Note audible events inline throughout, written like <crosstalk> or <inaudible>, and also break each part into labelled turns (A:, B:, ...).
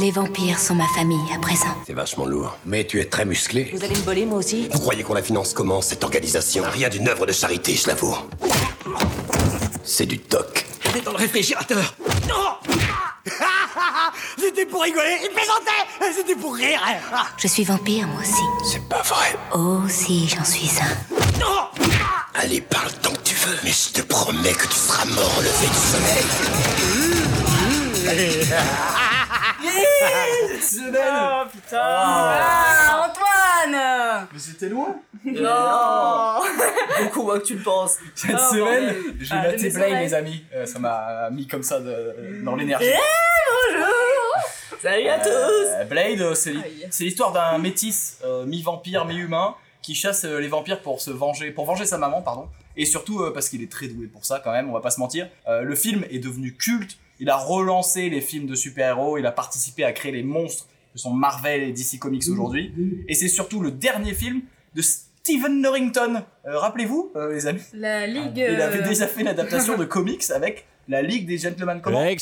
A: Les vampires sont ma famille à présent.
B: C'est vachement lourd. Mais tu es très musclé.
C: Vous allez me voler, moi aussi
B: Vous croyez qu'on la finance comment, cette organisation Rien d'une œuvre de charité, je l'avoue. C'est du toc.
D: On est dans le réfrigérateur. Non C'était pour rigoler, il plaisantait C'était pour rire
A: Je suis vampire, moi aussi.
B: C'est pas vrai.
A: Oh, si, j'en suis un.
D: Non
B: Allez, parle tant que tu veux. Mais je te promets que tu seras mort au lever du soleil.
E: Ah putain
F: Ah, Antoine
E: Mais c'était loin
F: Non
E: Beaucoup moins que tu le penses Cette
F: Ah,
E: semaine,
F: bordel.
E: j'ai
F: Ah, de
E: maté
F: mes
E: Blame,
F: oreilles.
E: les amis. Euh, ça m'a mis comme ça de- dans l'énergie.
F: Bonjour Salut à tous
E: Euh, Blade, euh, c'est
F: Aïe.
E: c'est l'histoire d'un métis euh, mi-vampire, mi-humain qui chasse euh, les vampires pour se venger, pour venger sa maman, pardon. Et surtout euh, parce qu'il est très doué pour ça quand même, on va pas se mentir. Euh, le film est devenu culte. Il a relancé les films de super-héros. Il a participé à créer les monstres que sont Marvel et DC Comics aujourd'hui. Et c'est surtout le dernier film de Steven Norrington. Euh, Rappelez-vous, euh, les amis,
F: La Ligue...
E: Ah, il avait
F: euh,
E: déjà fait une adaptation de comics avec la Ligue des Gentlemen Commanders.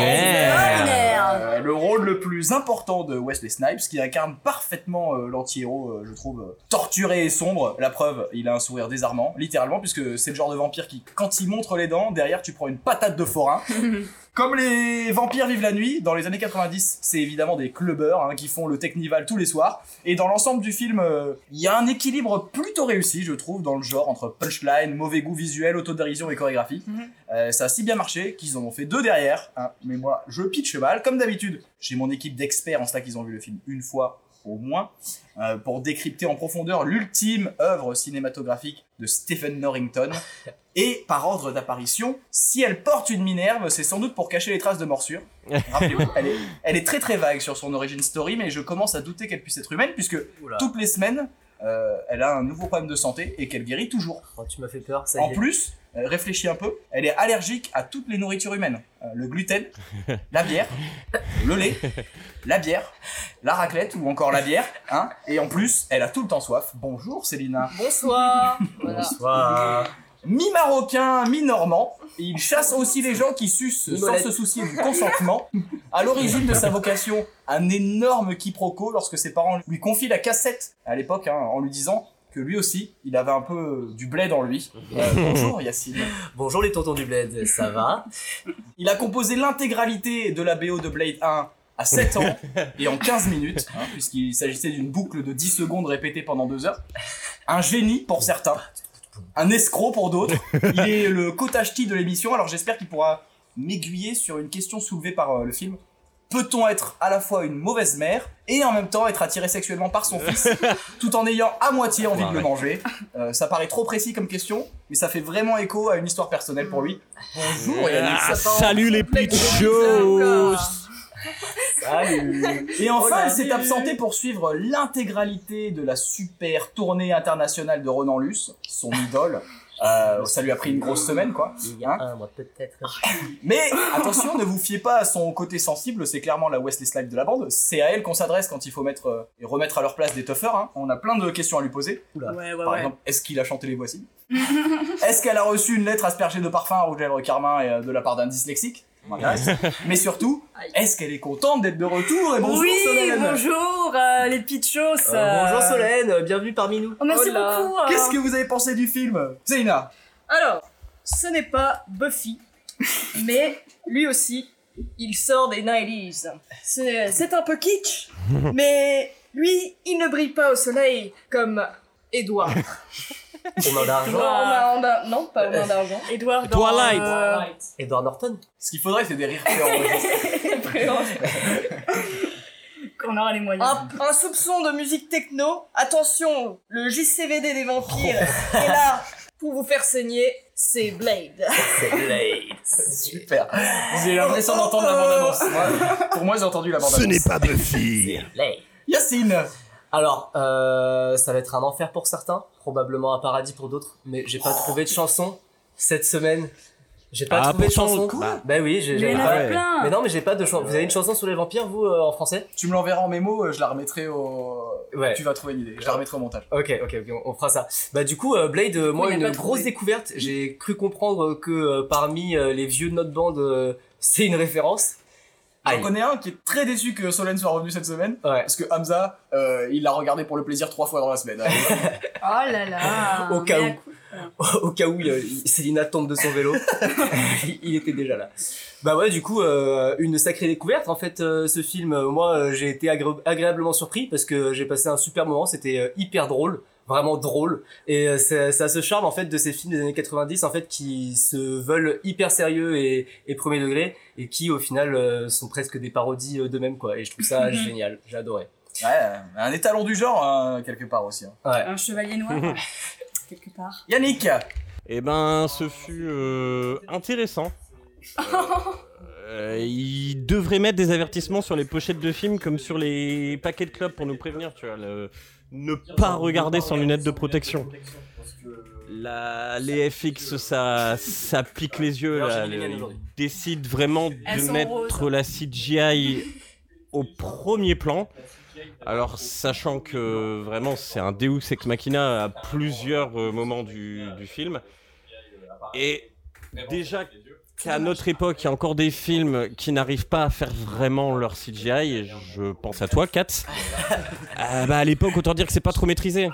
G: Extraordinaire
F: Extraordinaire
E: Euh, le rôle le plus important de Wesley Snipes, qui incarne parfaitement euh, l'anti-héros, euh, je trouve, euh, torturé et sombre. La preuve, il a un sourire désarmant, littéralement, puisque c'est le genre de vampire qui, quand il montre les dents, derrière tu prends une patate de forain. Comme les vampires vivent la nuit, dans les années 90, c'est évidemment des clubbers hein, qui font le technival tous les soirs. Et dans l'ensemble du film, euh, il y a un équilibre plutôt réussi, je trouve, dans le genre, entre punchline, mauvais goût visuel, autodérision et chorégraphie. Euh, ça a si bien marché qu'ils en ont fait deux derrière. hein. mais moi, je pitch mal, comme d'habitude. J'ai mon équipe d'experts en cela qu'ils ont vu le film une fois au moins, euh, pour décrypter en profondeur l'ultime œuvre cinématographique de Stephen Norrington. Et par ordre d'apparition, si elle porte une Minerve, c'est sans doute pour cacher les traces de morsure. Rappelez-vous, elle est, elle est très très vague sur son origin story, mais je commence à douter qu'elle puisse être humaine, puisque
G: Oula.
E: toutes les semaines, euh, elle a un nouveau problème de santé et qu'elle guérit toujours.
G: Oh, tu m'as fait peur, ça
E: En
G: y est.
E: plus, euh, réfléchis un peu, elle est allergique à toutes les nourritures humaines. Euh, le gluten, la bière, le lait, la bière, la raclette ou encore la bière. Hein Et en plus, elle a tout le temps soif. Bonjour Célina.
F: Bonsoir Voilà.
G: Bonsoir.
E: Mi-marocain, mi-normand, il chasse aussi les gens qui sucent sans
G: Molette.
E: se soucier du consentement. À l'origine de sa vocation, un énorme quiproquo lorsque ses parents lui confient la cassette à l'époque hein, en lui disant que lui aussi, il avait un peu du blé dans lui. Euh, bonjour Yacine.
G: Bonjour les tontons du bled, ça va
E: Il a composé l'intégralité de la BO de Blade 1 à 7 ans et en 15 minutes, hein, puisqu'il s'agissait d'une boucle de 10 secondes répétée pendant 2 heures. Un génie pour certains, un escroc pour d'autres. Il est le cotacheti de l'émission, alors j'espère qu'il pourra m'aiguiller sur une question soulevée par euh, le film. Peut-on être à la fois une mauvaise mère et en même temps être attiré sexuellement par son fils tout en ayant à moitié envie de le manger Euh, Ça paraît trop précis comme question, mais ça fait vraiment écho à une histoire personnelle pour lui. Bonjour Yannick
G: Ah,
E: Sapin.
G: salut
E: les
G: petites
F: euh, choses.
G: Salut
E: Et
F: Oh
E: enfin, elle
G: Salut.
E: s'est absentée pour suivre l'intégralité de la super tournée internationale de Ronan Luce,
F: <laughs>
E: son idole. Euh, ça lui a pris une grosse semaine, quoi. hein.
G: Il y a un mois peut-être.
E: Mais attention, ne vous fiez pas à son côté sensible, c'est clairement la Wesley Snipes de la bande. C'est à elle qu'on s'adresse quand il faut mettre euh, et remettre à leur place des toughers. hein. On a plein de questions à lui poser.
F: Ouais, ouais,
E: Par
F: ouais.
E: exemple, est-ce qu'il a chanté
F: <laughs>
E: les voici Est-ce qu'elle a reçu une lettre aspergée de parfum à Rouge à lèvres Carmin et euh, de la part d'un dyslexique
F: <laughs>
E: Ça m'intéresse. Mais surtout,
F: Aïe.
E: est-ce qu'elle est contente d'être de retour et bonjour
F: oui,
E: Solène
F: bonjour euh, les pitchos euh.
G: bonjour Solène, bienvenue parmi nous.
F: Oh, merci
G: Oh là.
F: beaucoup euh.
E: Qu'est-ce que vous avez pensé du film Zéna
F: Alors, ce n'est pas Buffy, mais lui aussi, il sort des 90s. C'est c'est un peu kitsch, mais lui, il ne brille pas au soleil comme Edouard.
G: On a
F: Non,
G: l'argent.
F: on a- on a- non, pas on a d'argent. Edouard dans...
G: Twilight.
F: euh,
G: Edward Norton
E: Ce qu'il faudrait, c'est des rires purs.
H: <laughs>
F: On aura les moyens. Un, un soupçon de musique techno. Attention, le JCVD des vampires <laughs>
G: Oh.
F: est là pour vous faire saigner. C'est Blade.
G: C'est Blade.
E: Super. J'ai l'impression d'entendre la <laughs> bande-annonce. Moi, Pour moi, j'ai entendu la bande-annonce.
B: pas Buffy.
G: Blade.
E: Yacine
G: Alors, euh, ça va être un enfer pour certains, probablement un paradis pour d'autres, mais j'ai pas trouvé de chanson cette semaine. J'ai pas
I: Ah,
G: trouvé de
I: pourtant,
G: chanson.
I: quoi
G: bah oui, j'ai
I: il y
G: j'avais
I: en
G: pas.
I: avait
G: plein. Mais non, mais j'ai pas de chanson. Vous avez une chanson sur les vampires, vous, euh, en français
E: Tu me l'enverras en mémo, euh, je la remettrai au.
G: Ouais.
E: Tu vas trouver une idée. Je la remettrai au montage.
G: Ok, ok, ok, on, on fera ça. Bah du coup, euh, Blade, euh, moi,
F: Oui, il a pas
G: une
F: trouvé.
G: grosse découverte. J'ai cru comprendre que euh, parmi euh, les vieux de notre bande, euh, c'est une référence.
E: J'en
G: Aïe.
E: connais un qui est très déçu que Solène soit revenu cette semaine.
G: Ouais.
E: Parce que Hamza, euh, il l'a regardé pour le plaisir trois fois dans la <laughs> semaine.
H: Oh là là.
G: Au cas
H: mais
G: où. <laughs> Au cas où il- il- Célina tombe de son vélo, il- il était déjà là. Bah ouais, du coup, euh, une sacrée découverte en fait, euh, ce film. Euh, Moi, euh, j'ai été agré- agréablement surpris parce que j'ai passé un super moment. C'était euh, hyper drôle, vraiment drôle. Et euh, ça, ça a ce charme en fait de ces films des années 90 en fait qui se veulent hyper sérieux et, et premier degré et qui au final euh, sont presque des parodies euh, d'eux-mêmes quoi. Et je trouve ça génial. J'ai adoré.
E: ouais, euh, un étalon du genre, hein, quelque part aussi. hein.
H: Un chevalier
G: <laughs>
H: noir. quelque part.
E: Yannick
I: Eh ben, ce fut euh, intéressant. Euh, ils devraient mettre des avertissements sur les pochettes de films comme sur les paquets de clubs pour nous prévenir, tu vois. le- Ne pas regarder sans lunettes de protection. La, les FX, ça, ça pique les yeux.
G: Alors, j'ai
I: Là,
G: mis les miennes
I: le-
G: aujourd'hui.
I: ils décident vraiment
H: Elles
I: de
H: sont
I: mettre
H: roses.
I: la CGI au premier plan. Alors, sachant que vraiment, c'est un Deus Ex Machina à plusieurs euh, moments du, du film. Et déjà qu'à notre époque, il y a encore des films qui n'arrivent pas à faire vraiment leur CGI. Et je pense à toi, Kat. Ah bah, à l'époque, autant dire que c'est pas trop maîtrisé.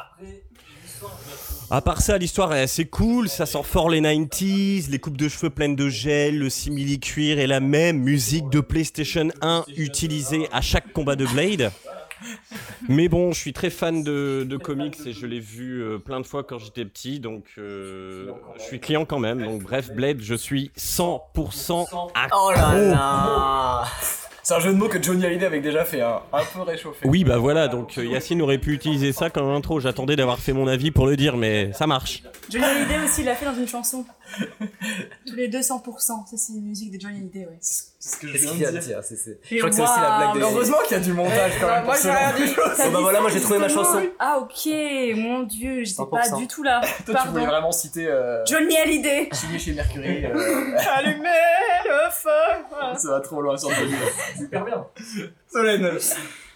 I: À part ça, l'histoire est assez cool, ça sent fort les 90s, les coupes de cheveux pleines de gel, le simili-cuir et la même musique de PlayStation 1 utilisée à chaque combat de Blade. Mais bon, je suis très fan de, de comics et je l'ai vu euh, plein de fois quand j'étais petit, donc euh, je suis client quand même. Donc bref, Blade, je suis 100% accro.
G: Oh là là.
E: C'est un jeu de mots que Johnny Hallyday avait déjà fait, hein, un peu réchauffé.
I: Oui, bah voilà, donc euh, Yacine aurait pu utiliser ça comme intro. J'attendais d'avoir fait mon avis pour le dire, mais ça marche.
H: Johnny Hallyday aussi, il l'a fait dans une
G: <laughs>
H: chanson. Tous les 200%. Ça, c'est une musique de Johnny Hallyday, ouais.
E: C'est ce que je
G: Qu'est-ce
E: viens
G: qu'il
E: de
G: y a à
E: dire.
G: dire C'est- c'est- Je
H: Et
G: crois que c'est aussi la blague
H: waouh,
G: des.
E: Mais <laughs> Heureusement qu'il y a du montage quand même.
F: Ah, moi,
E: pour
F: j'ai
E: ce genre
F: rien
E: de
F: dit.
E: choses.
H: T'as
G: bah
H: dit
G: voilà,
H: ça,
G: moi, j'ai trouvé ma
H: justement.
G: chanson.
H: Ah ok, mon dieu, j'étais pas
G: 100%.
H: du tout
G: <laughs>
H: là.
E: Toi, tu voulais
H: Pardon.
E: vraiment citer euh,
H: Johnny Hallyday.
E: signé chez Mercury. <laughs> euh,
F: Allumez le feu
E: ça va trop loin sur le début.
G: Super bien.
E: Solène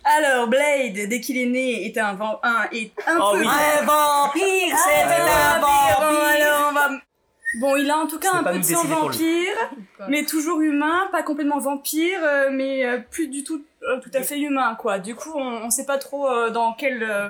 H: Alors Blade, dès qu'il est né, est un vent, un est un
G: Oh
H: peu
G: oui.
H: un vampire. C'est un vampire. Alors on va. Bon, il a en tout cas
G: Ce n'est
H: un
G: pas
H: peu
G: nous
H: de sang
G: décidé pour lui.
H: vampire,
F: Oh,
H: mais toujours humain, pas complètement vampire, euh, mais euh, plus du tout, euh, tout à fait humain, quoi. Du coup, on, on sait pas trop euh, dans quelle euh,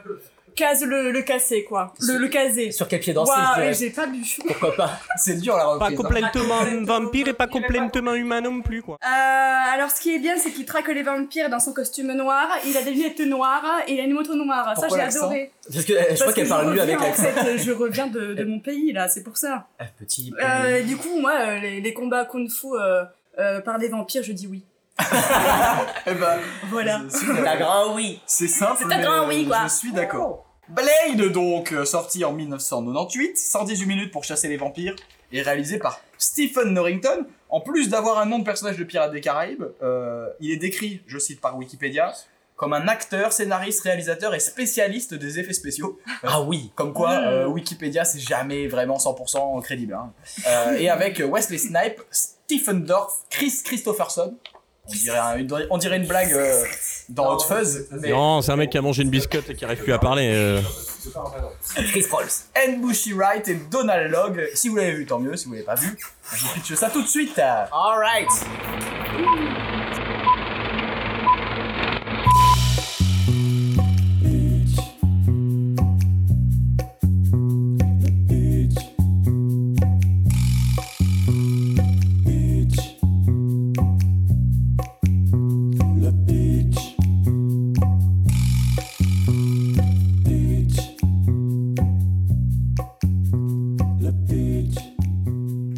H: case le, le casser, quoi. Le, le caser.
G: Sur quel pied danser, je
H: Waouh,
G: dirais.
H: j'ai pas bu.
G: Pourquoi pas
E: C'est dur la reprise.
I: Pas
E: hein.
I: complètement vampire et pas complètement humain non plus, quoi.
H: Euh, alors, ce qui est bien, c'est qu'il traque les vampires dans son costume noir, il a des lunettes noires et il a une moto noire.
E: Pourquoi
H: ça, j'ai
E: l'accent
H: adoré.
G: Parce que euh, je crois
H: Parce que
G: qu'elle parle mieux
H: reviens,
G: avec l'accent.
H: En fait, euh, je reviens de, de mon pays, là, c'est pour ça.
G: Ah, Petit.
H: Euh, du coup, moi, euh, les, les combats kung-fu euh, euh, par les vampires, je dis oui.
E: Eh ben,
H: Voilà.
E: c'est- c'est-
G: grand Ah oui.
E: C'est simple,
H: C'est un
E: mais,
H: grand oui,
E: euh,
H: quoi.
E: je suis d'accord. Blade, donc, euh, sorti en 1998, 118 minutes pour chasser les vampires, et réalisé par Stephen Norrington. En plus d'avoir un nom de personnage de Pirates des Caraïbes, euh, il est décrit, je cite par Wikipédia, comme un acteur, scénariste, réalisateur et spécialiste des effets spéciaux.
G: <laughs> Ah oui.
E: Comme quoi, euh, Wikipédia, c'est jamais vraiment 100% crédible. hein. Euh, et avec euh, Wesley Snipe, Stephen Dorff, Chris Christopherson. On dirait, un- une, on dirait une blague euh, dans Hot Fuzz. mais-
I: Non, c'est un mec qui a mangé une biscotte et qui arrive plus à parler. euh.
G: Chris Rolls.
E: Bushi Wright et Donald Logg. Si vous l'avez vu, tant mieux. Si vous l'avez pas vu, je vous pitche ça tout de suite.
F: Ah,
G: Alright.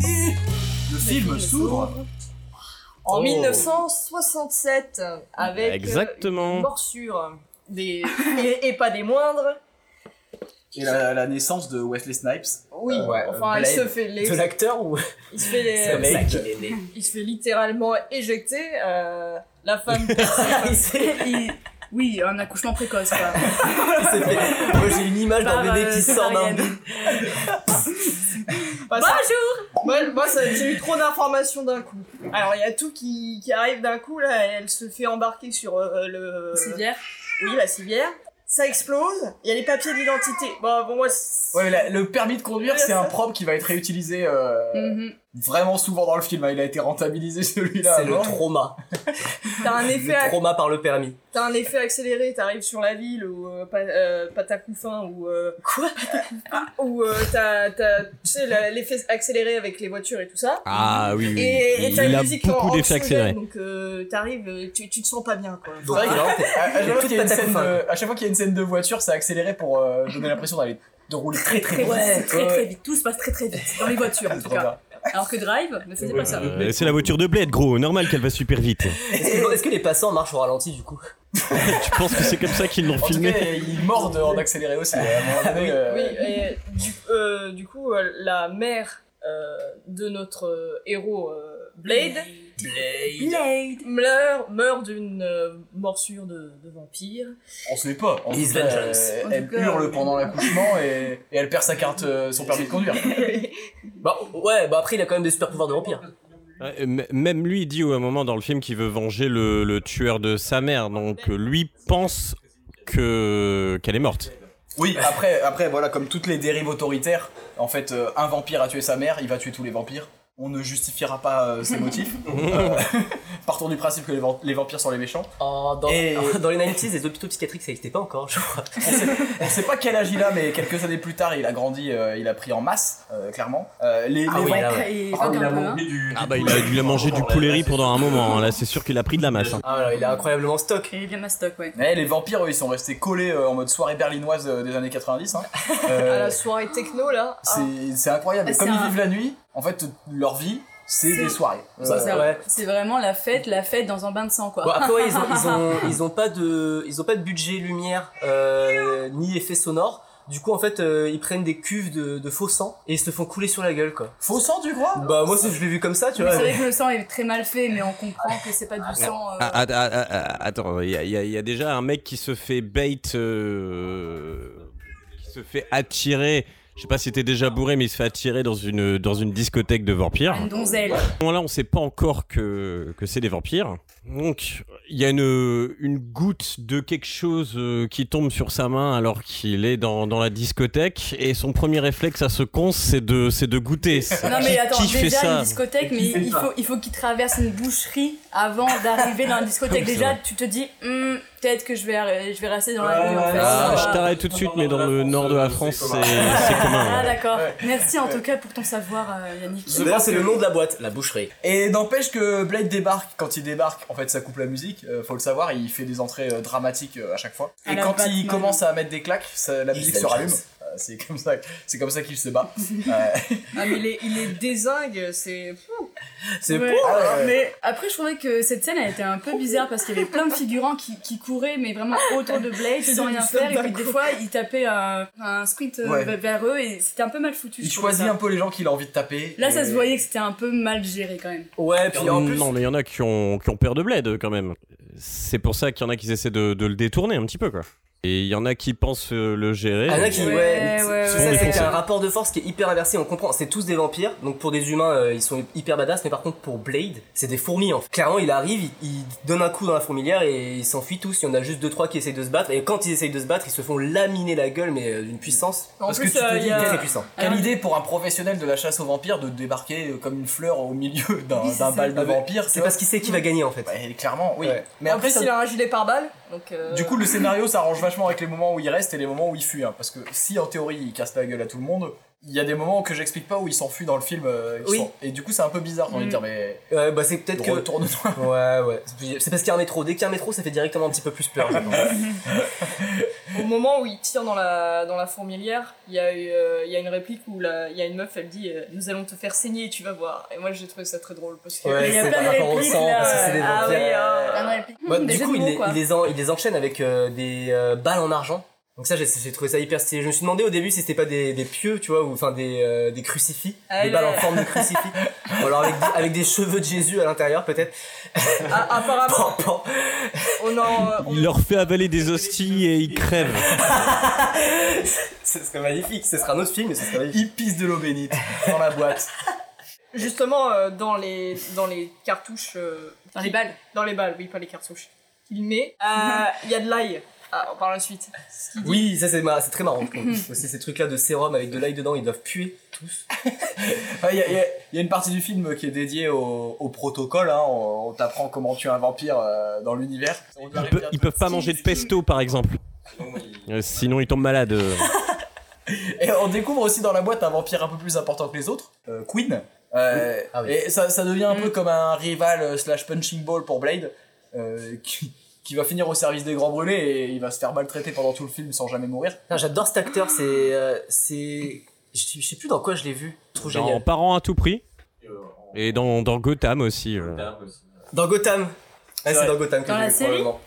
E: Le film s'ouvre
F: En
G: Oh.
F: 1967, avec euh,
I: Exactement.
F: une morsure. Des... et, et pas des moindres.
E: et la, la naissance de Wesley Snipes.
F: Oui,
E: Euh, ouais,
F: enfin, il
E: Blade.
F: se fait... les-
G: De l'acteur ou
F: Il se fait les-
G: C'est comme ça qu'il est né.
F: il se fait littéralement éjecter. euh, la
G: <laughs>
F: femme.
G: Ah,
H: <laughs>
G: Il s'est-
H: Il- Oui, un accouchement précoce,
G: <laughs>
H: quoi.
G: il s'est fait-
H: <laughs>
G: Moi j'ai une image d'un
H: Par,
G: bébé
H: euh,
G: qui sort d'un
H: césarienne.
G: bide.
F: Bah, ça- moi, moi, ça- j'ai eu trop d'informations d'un coup. Alors, il y a tout qui, qui arrive d'un coup. Là, elle se fait embarquer sur euh, le.
H: Civière.
F: Oui, la civière. Ça explose. Il y a les papiers d'identité. Bon, bon, moi. c'est-
E: Ouais, mais la- le permis de conduire,
F: Ouais,
E: c'est
F: ça.
E: un propre qui va être réutilisé euh,
H: Mhm.
E: vraiment souvent dans le film. hein, Il a été rentabilisé celui-là.
G: C'est le
E: avant.
G: trauma.
F: T'as
I: <laughs>
F: un effet
G: Le
F: à
G: trauma par le permis.
F: T'as un effet accéléré, t'arrives sur la ville ou euh, pa- euh, Patacoufin ou. euh,
G: Quoi
F: Ou euh, t'as. t'as- Tu sais, la- l'effet accéléré avec les voitures et tout ça.
I: Ah oui, oui.
F: Et, et t'as
I: il
F: une
I: a
F: musique en-
I: beaucoup
F: en
I: d'effets
F: dessous d'elle,
I: accélérés.
F: Donc euh, t'arrives, euh, tu, tu te sens pas bien quoi.
G: Donc,
E: vrai
G: il a-
E: À,
H: <laughs>
E: à chaque
G: J'ai
E: fois
G: tout
E: qu'il y a une
G: pété à
E: scène
G: la fin,
E: de- à chaque fois qu'il y a une scène de voiture, c'est accéléré pour euh, donner l'impression d'aller de rouler très très vite.
C: très,
E: Ouais,
C: très, très vite. Tout se passe très très vite dans les voitures
G: <laughs>
C: en tout
E: Trop
C: cas.
E: bien.
C: Alors que Drive ne faisait pas ça.
I: Euh, c'est la voiture de Blade, gros. Normal qu'elle va super <laughs> vite.
G: Est-ce que, est-ce que les passants marchent au ralenti du coup
I: tu penses que c'est comme ça qu'ils l'ont
E: En tout
I: filmé
E: cas, il morde en accéléré aussi. À un moment donné, euh,
F: Oui, et du, euh, du coup, euh, la mère euh, de notre euh, héros euh, Blade
C: Blade.
F: meurt, meurt d'une euh, morsure de, de vampire.
E: On se met pas. En
G: His
E: tout cas,
G: vengeance.
E: euh,
C: En
E: elle
C: tout cas,
E: hurle
C: euh,
E: pendant l'accouchement et, et elle perd sa carte, euh, son permis de conduire.
G: Bah ouais, bah après il a quand même des super pouvoirs de vampire.
I: Ouais, m- Même lui dit à un moment dans le film qu'il veut venger le, le tueur de sa mère. Donc euh, lui pense que qu'elle est morte.
E: Oui, après, après, voilà, comme toutes les dérives autoritaires, en fait, euh, un vampire a tué sa mère, il va tuer tous les vampires. On ne justifiera pas euh, ses
G: <laughs>
E: motifs. Euh, <laughs> partons du principe que les, vamp- les vampires sont les méchants.
G: En- Ah, dans,
E: Et-
G: dans les 90s, les hôpitaux psychiatriques ça n'existait pas encore, je crois.
E: On sait pas quel âge il a, mais quelques années plus tard, il a grandi, euh, il a pris en masse, euh, clairement. Euh, les,
G: Ah
E: les
G: oui,
E: vamp-
G: là, ouais.
C: Et
J: Ah, il a
C: Rogue One.
J: mangé du.
I: Ah bah il a, il a mangé du poulet riz pendant un moment. hein. Là c'est sûr qu'il a pris de la masse. hein.
G: Ah voilà, il est incroyablement stock.
C: Et bien Mastoc, ouais.
E: Eh, les vampires, eux, ils sont restés collés euh, en mode soirée berlinoise euh, des années
C: <laughs>
E: 90. hein. Euh,
F: À la soirée techno là. ah.
E: c'est c'est incroyable.
C: Ah,
E: Comme
C: c'est
E: ils
C: un-
E: vivent la nuit, en fait, leur vie, c'est
C: C'est-
E: des soirées.
G: Ça,
E: Euh,
C: C'est-
G: ouais.
C: C'est vraiment la fête, la fête dans un bain de sang quoi.
G: Bon, Bah, après ouais, ils ont,
C: <laughs>
G: ils ont, ils ont pas de, ils ont pas de budget lumière euh, ni effet sonore. Du coup en fait euh, ils prennent des cuves de, de faux sang et ils se font couler sur la gueule quoi.
E: Faux sang, tu crois
G: Bah moi c'est- je l'ai vu comme ça tu
C: Mais
G: vois.
C: c'est vrai que le sang est très mal fait, mais on comprend que c'est pas du sang. euh,
I: Ah, ah, ah, ah, ah, attends, il y, a- il y a- il y a déjà un mec qui se fait bait, euh, qui se fait attirer. Je sais pas si c'était déjà bourré, mais il se fait attirer dans une, dans une discothèque de vampires.
C: Une donzelle.
I: Bon, là, on sait pas encore que, que c'est des vampires. Donc, il y a une, une goutte de quelque chose euh, qui tombe sur sa main alors qu'il est dans, dans la discothèque. Et son premier réflexe à ce con, c'est de, c'est de goûter.
C: Non mais
I: Qui-
C: attends,
I: qui fait
C: déjà
I: ça
C: une discothèque, mais
J: Qui fait
C: il
J: ça
C: faut, il faut qu'il traverse une boucherie avant d'arriver dans la discothèque.
I: C'est
C: Déjà,
I: vrai.
C: tu te dis, Hmm, peut-être que je vais, arr- je vais rester dans la
J: Ouais,
C: rue en
J: ouais,
C: fait.
J: ouais.
I: Ah,
C: Ça
I: je
C: va.
I: t'arrête tout de suite, mais dans le nord de la France, c'est
J: c'est
I: c'est commun.
C: Ah
I: ouais.
C: d'accord.
E: Ouais.
C: Merci en tout cas pour ton savoir, euh, Yannick.
G: D'ailleurs c'est le nom de la boîte, la boucherie.
E: Et n'empêche que Blade débarque. Quand il débarque, en fait, ça coupe la musique. euh, faut le savoir, il fait des entrées euh, dramatiques euh, à chaque fois.
C: À
E: Et
C: la
E: quand il
C: Batman.
E: commence à mettre des claques, ça- la
G: Il
E: musique
G: se
E: se rallume.
G: jase.
E: Euh, c'est comme ça, c'est comme ça qu'il
C: <laughs>
E: se bat. Euh,
F: Ah, mais il est, il est dézingue, c'est.
G: C'est
C: Ouais.
E: ah ouais, ouais.
C: Mais après, je trouvais que cette scène elle était un peu bizarre parce qu'il y avait plein de figurants qui, qui couraient, mais vraiment autour de Blade sans rien faire. Et puis des fois, ils tapaient un, un sprint euh,
E: Ouais.
C: vers eux et c'était un peu mal foutu.
E: il
C: je trouvais
E: choisit
C: ça.
E: un peu les gens qu'il a envie de taper.
C: Là,
E: et-
C: ça se voyait que c'était un peu mal géré quand même.
G: Ouais puis en plus
I: Non, mais il y en a qui ont, qui ont peur de Blade quand même. C'est pour ça qu'il y en a qui essaient de, de le détourner un petit peu, quoi. Et il y en a qui pensent euh, le gérer.
G: Ah, là,
I: et-
G: qui, ouais,
C: Ouais, ouais,
G: c'est- c'est
I: ouais,
G: ça,
I: ouais.
G: c'est qu'il y a un rapport de force qui est hyper inversé, on comprend, c'est tous des vampires, donc pour des humains, euh, ils sont hyper badass, mais par contre, pour Blade, c'est des fourmis, en fait. Clairement, il arrive, il, il donne un coup dans la fourmilière et ils s'enfuient tous, il y en a juste deux, trois qui essayent de se battre, et quand ils essayent de se battre, ils se font laminer la gueule, mais euh, d'une puissance,
F: En
E: Parce
F: plus,
E: que tu te
F: euh,
E: dis,
F: il y a-
G: très puissant.
E: Quelle
C: Alors-
E: idée pour un professionnel de la chasse aux vampires de débarquer euh, comme une fleur au milieu <laughs> d'un
C: Oui, c'est
E: d'un
C: ça.
E: bal de
G: Ah, mais
E: vampires
G: C'est
E: tu vois.
G: parce qu'il sait qui va gagner, en fait.
E: Ouais, clairement, oui.
G: Ouais.
E: Mais
F: en
E: après,
F: plus,
E: ça-
F: il a un gilet par balle. Donc, euh,
E: du coup, le scénario s'arrange vachement avec les moments où il reste et les moments où il fuit. hein, parce que si en théorie il casse la gueule à tout le monde, il y a des moments que j'explique pas où il s'enfuit dans le film. euh, ils
G: Oui.
E: sont- Et du coup, c'est un peu bizarre. J'ai envie de dire, mais
G: Ouais, bah, c'est peut-être que.
E: retourne-toi.
G: <laughs> Ouais, ouais. C'est parce qu'il y a un métro. Dès qu'il y a un métro, ça fait directement un petit peu plus peur. je pense.
F: au moment où il tire dans la, dans la fourmilière, il y, a eu, euh, il y a une réplique où la- il y a une meuf, elle dit euh, Nous allons te faire saigner, tu vas voir. Et moi, j'ai trouvé ça très drôle parce que.
G: Ouais,
C: il y a
G: c'est
C: plein
G: par
C: de
G: rapport au
C: répliques,
G: sang,
C: là,
G: parce que c'est des
F: <laughs> ah
G: vampires.
F: oui, ah.
C: Plein de répliques.
G: Bah,
C: Des
G: du
C: jeux
G: coup,
C: de
G: il
C: mots,
G: les,
C: quoi.
G: il les en- il les enchaîne avec euh, des euh, balles en argent. Donc ça, j'ai j'ai trouvé ça hyper stylé. Je me suis demandé au début si c'était pas des, des pieux, tu vois, ou enfin des, euh, des crucifix,
F: Ah,
G: des
F: là,
G: balles en
C: <laughs>
F: là.
G: forme de crucifix, ou alors avec, des- avec des cheveux de Jésus à l'intérieur peut-être. <laughs> Oh,
F: Ah, apparemment,
G: Pan, pan.
F: on en. euh, on-
I: Il leur fait avaler des hosties et ils crèvent.
G: Ce serait magnifique. Ce sera un autre film, mais ce serait magnifique.
E: Il pisse de l'eau bénite dans la
C: <laughs>
E: boîte.
F: Justement, euh, dans, les, dans les cartouches. euh,
C: Dans les balles.
F: Dans les balles, oui, pas les cartouches. Il met. euh, Il y a de l'ail.
H: Ah, par la suite. Ce qu'il dit.
G: Oui, ça c'est marrant, c'est très marrant.
C: <laughs>
G: c'est ces trucs-là de sérum avec de l'ail dedans, ils doivent puer tous.
E: Il y, a- y a- y a une partie du film qui est dédiée au, au protocole. hein. On, on t'apprend comment tuer un vampire euh, dans l'univers. On doit
I: Ils, pe-
E: réussir
I: ils
E: tout-
I: peuvent pas manger de pesto, par exemple. Euh, Sinon, ils tombent malades. euh.
E: Et on découvre aussi dans la boîte un vampire un peu plus important que les autres, euh, Queen. Euh,
G: Ah oui.
E: Et ça, ça devient un
H: Mm.
E: peu comme un rival euh, slash punching ball pour Blade, euh, qui, qui va finir au service des grands brûlés et il va se faire maltraiter pendant tout le film sans jamais mourir.
G: Non, j'adore cet acteur, c'est. euh, c'est. Je je sais plus dans quoi je l'ai vu. Trop
I: Dans
G: génial.
I: Parents à tout prix. Et dans, dans Gotham aussi. euh.
G: Dans Gotham. Ah, c'est
E: vrai.
G: dans Gotham que
H: Dans
G: j'ai
H: la
G: vu,
H: série
G: probablement.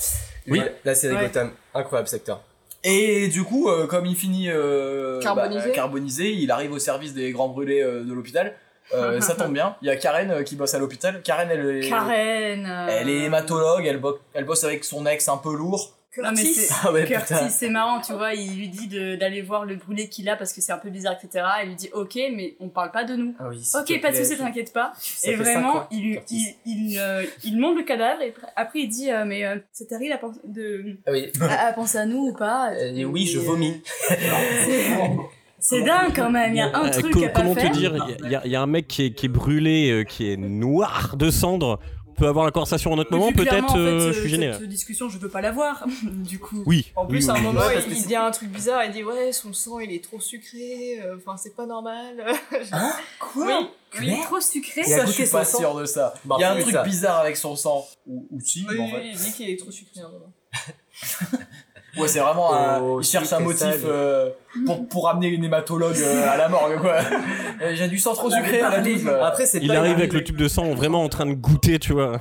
G: Oui, la série
H: Ouais.
G: Gotham. Incroyable cet acteur.
E: Et du coup, euh, comme il finit euh,
H: Carbonisé.
E: bah, euh, carbonisé, il arrive au service des grands brûlés euh, de l'hôpital. Euh, ça tombe bien, il y a Karen euh, qui bosse à l'hôpital. Karen, elle est,
H: Karen. euh,
E: elle est hématologue, elle, bo- elle bosse avec son ex un peu lourd.
K: Non, mais
H: Curtis.
K: c'est-
E: Ah ouais, putain.
K: putain.
H: Curtis, c'est marrant, tu vois, il lui dit de- d'aller voir le brûlé qu'il a parce que c'est un peu bizarre, etc. Elle lui dit ok, mais on parle pas de nous.
G: Ah oui. s'il te
H: Ok, pas de
G: plaît.
H: soucis, t'inquiète pas.
G: Ça
H: Et
G: fait cinq
H: vraiment,
G: ans,
H: il, lui-
G: Curtis.
H: il, il, euh, il montre le cadavre et pr- après il dit euh, Mais euh, c'est terrible à, penser- de,
G: Ah oui.
H: à, à penser à nous ou pas
G: Euh, oui,
H: Et,
G: je
H: euh,
G: vomis.
H: c'est- C'est dingue quand même, il y a un
I: Euh,
H: truc
I: co-
H: à pas
I: comment te
H: faire.
I: dire Il y, a- y a un mec qui est, qui est brûlé, euh, qui est noir de cendre. On peut avoir la conversation à un autre moment,
H: Puis clairement,
I: peut-être.
H: en fait,
I: euh,
H: euh,
I: je suis gêné.
H: Cette discussion, je veux pas l'avoir, <laughs> du coup.
I: Oui.
H: En plus,
I: oui,
H: à un
I: oui,
H: moment,
I: oui.
H: il, il dit un truc bizarre, il dit ouais, son sang il est trop sucré, euh, enfin c'est pas normal.
I: Hein
F: <laughs>
E: Quoi
H: oui, oui, trop sucré.
G: Et à
E: Ça, je
G: goûter
E: suis
G: son
E: pas
G: sang.
E: sûr de ça.
G: Bah,
E: Il y a un
G: oui,
E: truc
G: ça.
E: bizarre avec son sang. Ou, ou si,
H: Oui,
E: mais en
H: oui,
E: fait.
H: il dit qu'il est trop
F: hein,
H: sucré. à un moment.
E: Ouais, c'est vraiment un.
G: Oh,
E: il cherche un
G: sucré
E: motif
G: sale.
E: euh, pour, pour amener une hématologue euh, à la morgue, quoi. <laughs> Euh, J'ai du sang trop sucré à la douche. là.
G: Après, c'est
I: Il
G: pas
I: arrive
G: une-
I: avec le tube de sang vraiment en train de goûter, tu
H: <laughs>
I: vois.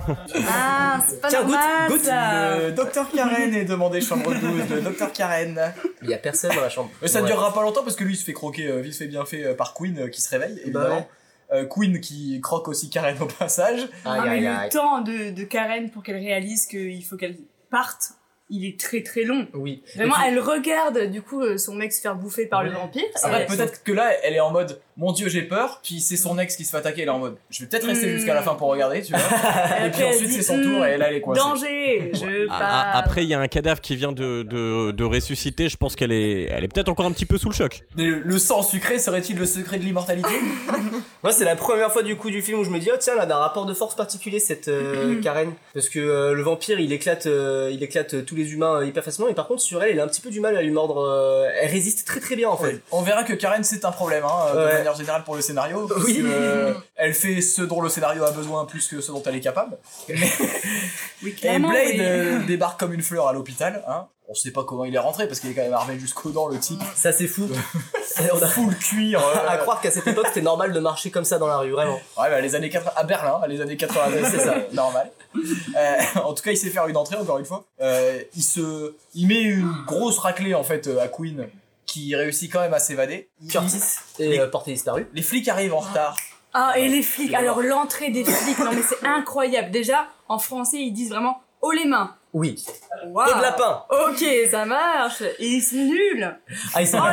H: Ah, c'est pas
G: Tiens, goûte,
H: normal
G: goûte
H: ça.
E: Le docteur Karen est demandé chambre 12, le docteur <laughs> Karen.
G: Il y a personne dans la chambre.
E: Mais ça ne
G: Ouais.
E: durera pas longtemps parce que lui il se fait croquer euh, vite fait bien fait euh, par Queen euh, qui se réveille,
G: Bah
E: évidemment.
G: ouais.
E: Euh, Queen qui croque aussi Karen au passage.
G: Aïe,
H: Ah, mais
G: aïe,
H: le
G: aïe.
H: temps de, de Karen pour qu'elle réalise qu'il faut qu'elle parte, il est très très long.
G: Oui.
H: Vraiment, elle regarde du coup euh, son mec se faire bouffer par le vampire.
E: Après,
H: Et-
E: peut-être que là elle est en mode Mon dieu, j'ai peur. Puis c'est son ex qui se fait attaquer. Elle est en mode Je vais peut-être rester
H: Hmm.
E: jusqu'à la fin pour regarder, tu vois. et
H: après,
E: puis
H: elle
E: ensuite
H: dit,
E: c'est son tour
H: Hmm,
E: et là elle est coincée.
H: Danger, je
I: Ah,
H: pars.
I: ah, Après, il y a un cadavre qui vient de, de, de ressusciter. Je pense qu'elle est, elle est peut-être encore un petit peu sous le choc.
E: Mais Le, le sang sucré serait-il le secret de l'immortalité
G: Ah. Moi, c'est la première fois du coup du film où je me dis, oh tiens, elle a un rapport de force particulier cette
H: <clears throat>
G: euh, Karen. Parce que euh, le vampire, il éclate, euh, il éclate euh, tous les humains euh, hyper facilement. Et par contre, sur elle, elle a un petit peu du mal à lui mordre. euh, elle résiste très très bien en fait.
E: On verra que Karen c'est un problème hein, de
G: Ouais.
E: manière générale pour le scénario. parce
G: Oui.
E: que, euh, elle fait ce dont le scénario a besoin plus que ce dont elle est capable.
G: <laughs>
H: Oui,
E: Et
H: clairement,
E: Blade
H: oui.
E: euh, débarque comme une fleur à l'hôpital. Hein. On sait pas comment il est rentré parce qu'il est quand même armé jusqu'aux dents le type.
G: Ça, c'est fou. Et on a-
E: Full cuir. euh,
G: <laughs> à croire qu'à cette époque, c'était normal de marcher comme ça dans la rue, vraiment.
E: Ouais, bah, les années 80 à Berlin, les années 90, c'est
G: <laughs>
E: ça, normal. Euh, en tout cas, il sait faire une entrée encore une fois. Euh, il se, il met une grosse raclée en fait euh, à Queen, qui réussit quand même à s'évader. Il-
G: Curtis est
E: Mais-
G: euh, porté disparu.
E: Les flics arrivent en retard.
H: Ah, et les flics. Alors, l'entrée des flics, non mais c'est incroyable. Déjà, en français, ils disent vraiment haut les mains.
G: Oui.
H: Waouh.
G: Peau de lapin.
H: Ok, ça marche. Et ils
E: <laughs>
H: sont nuls.
G: Ah, ils sont Ah,
H: Oh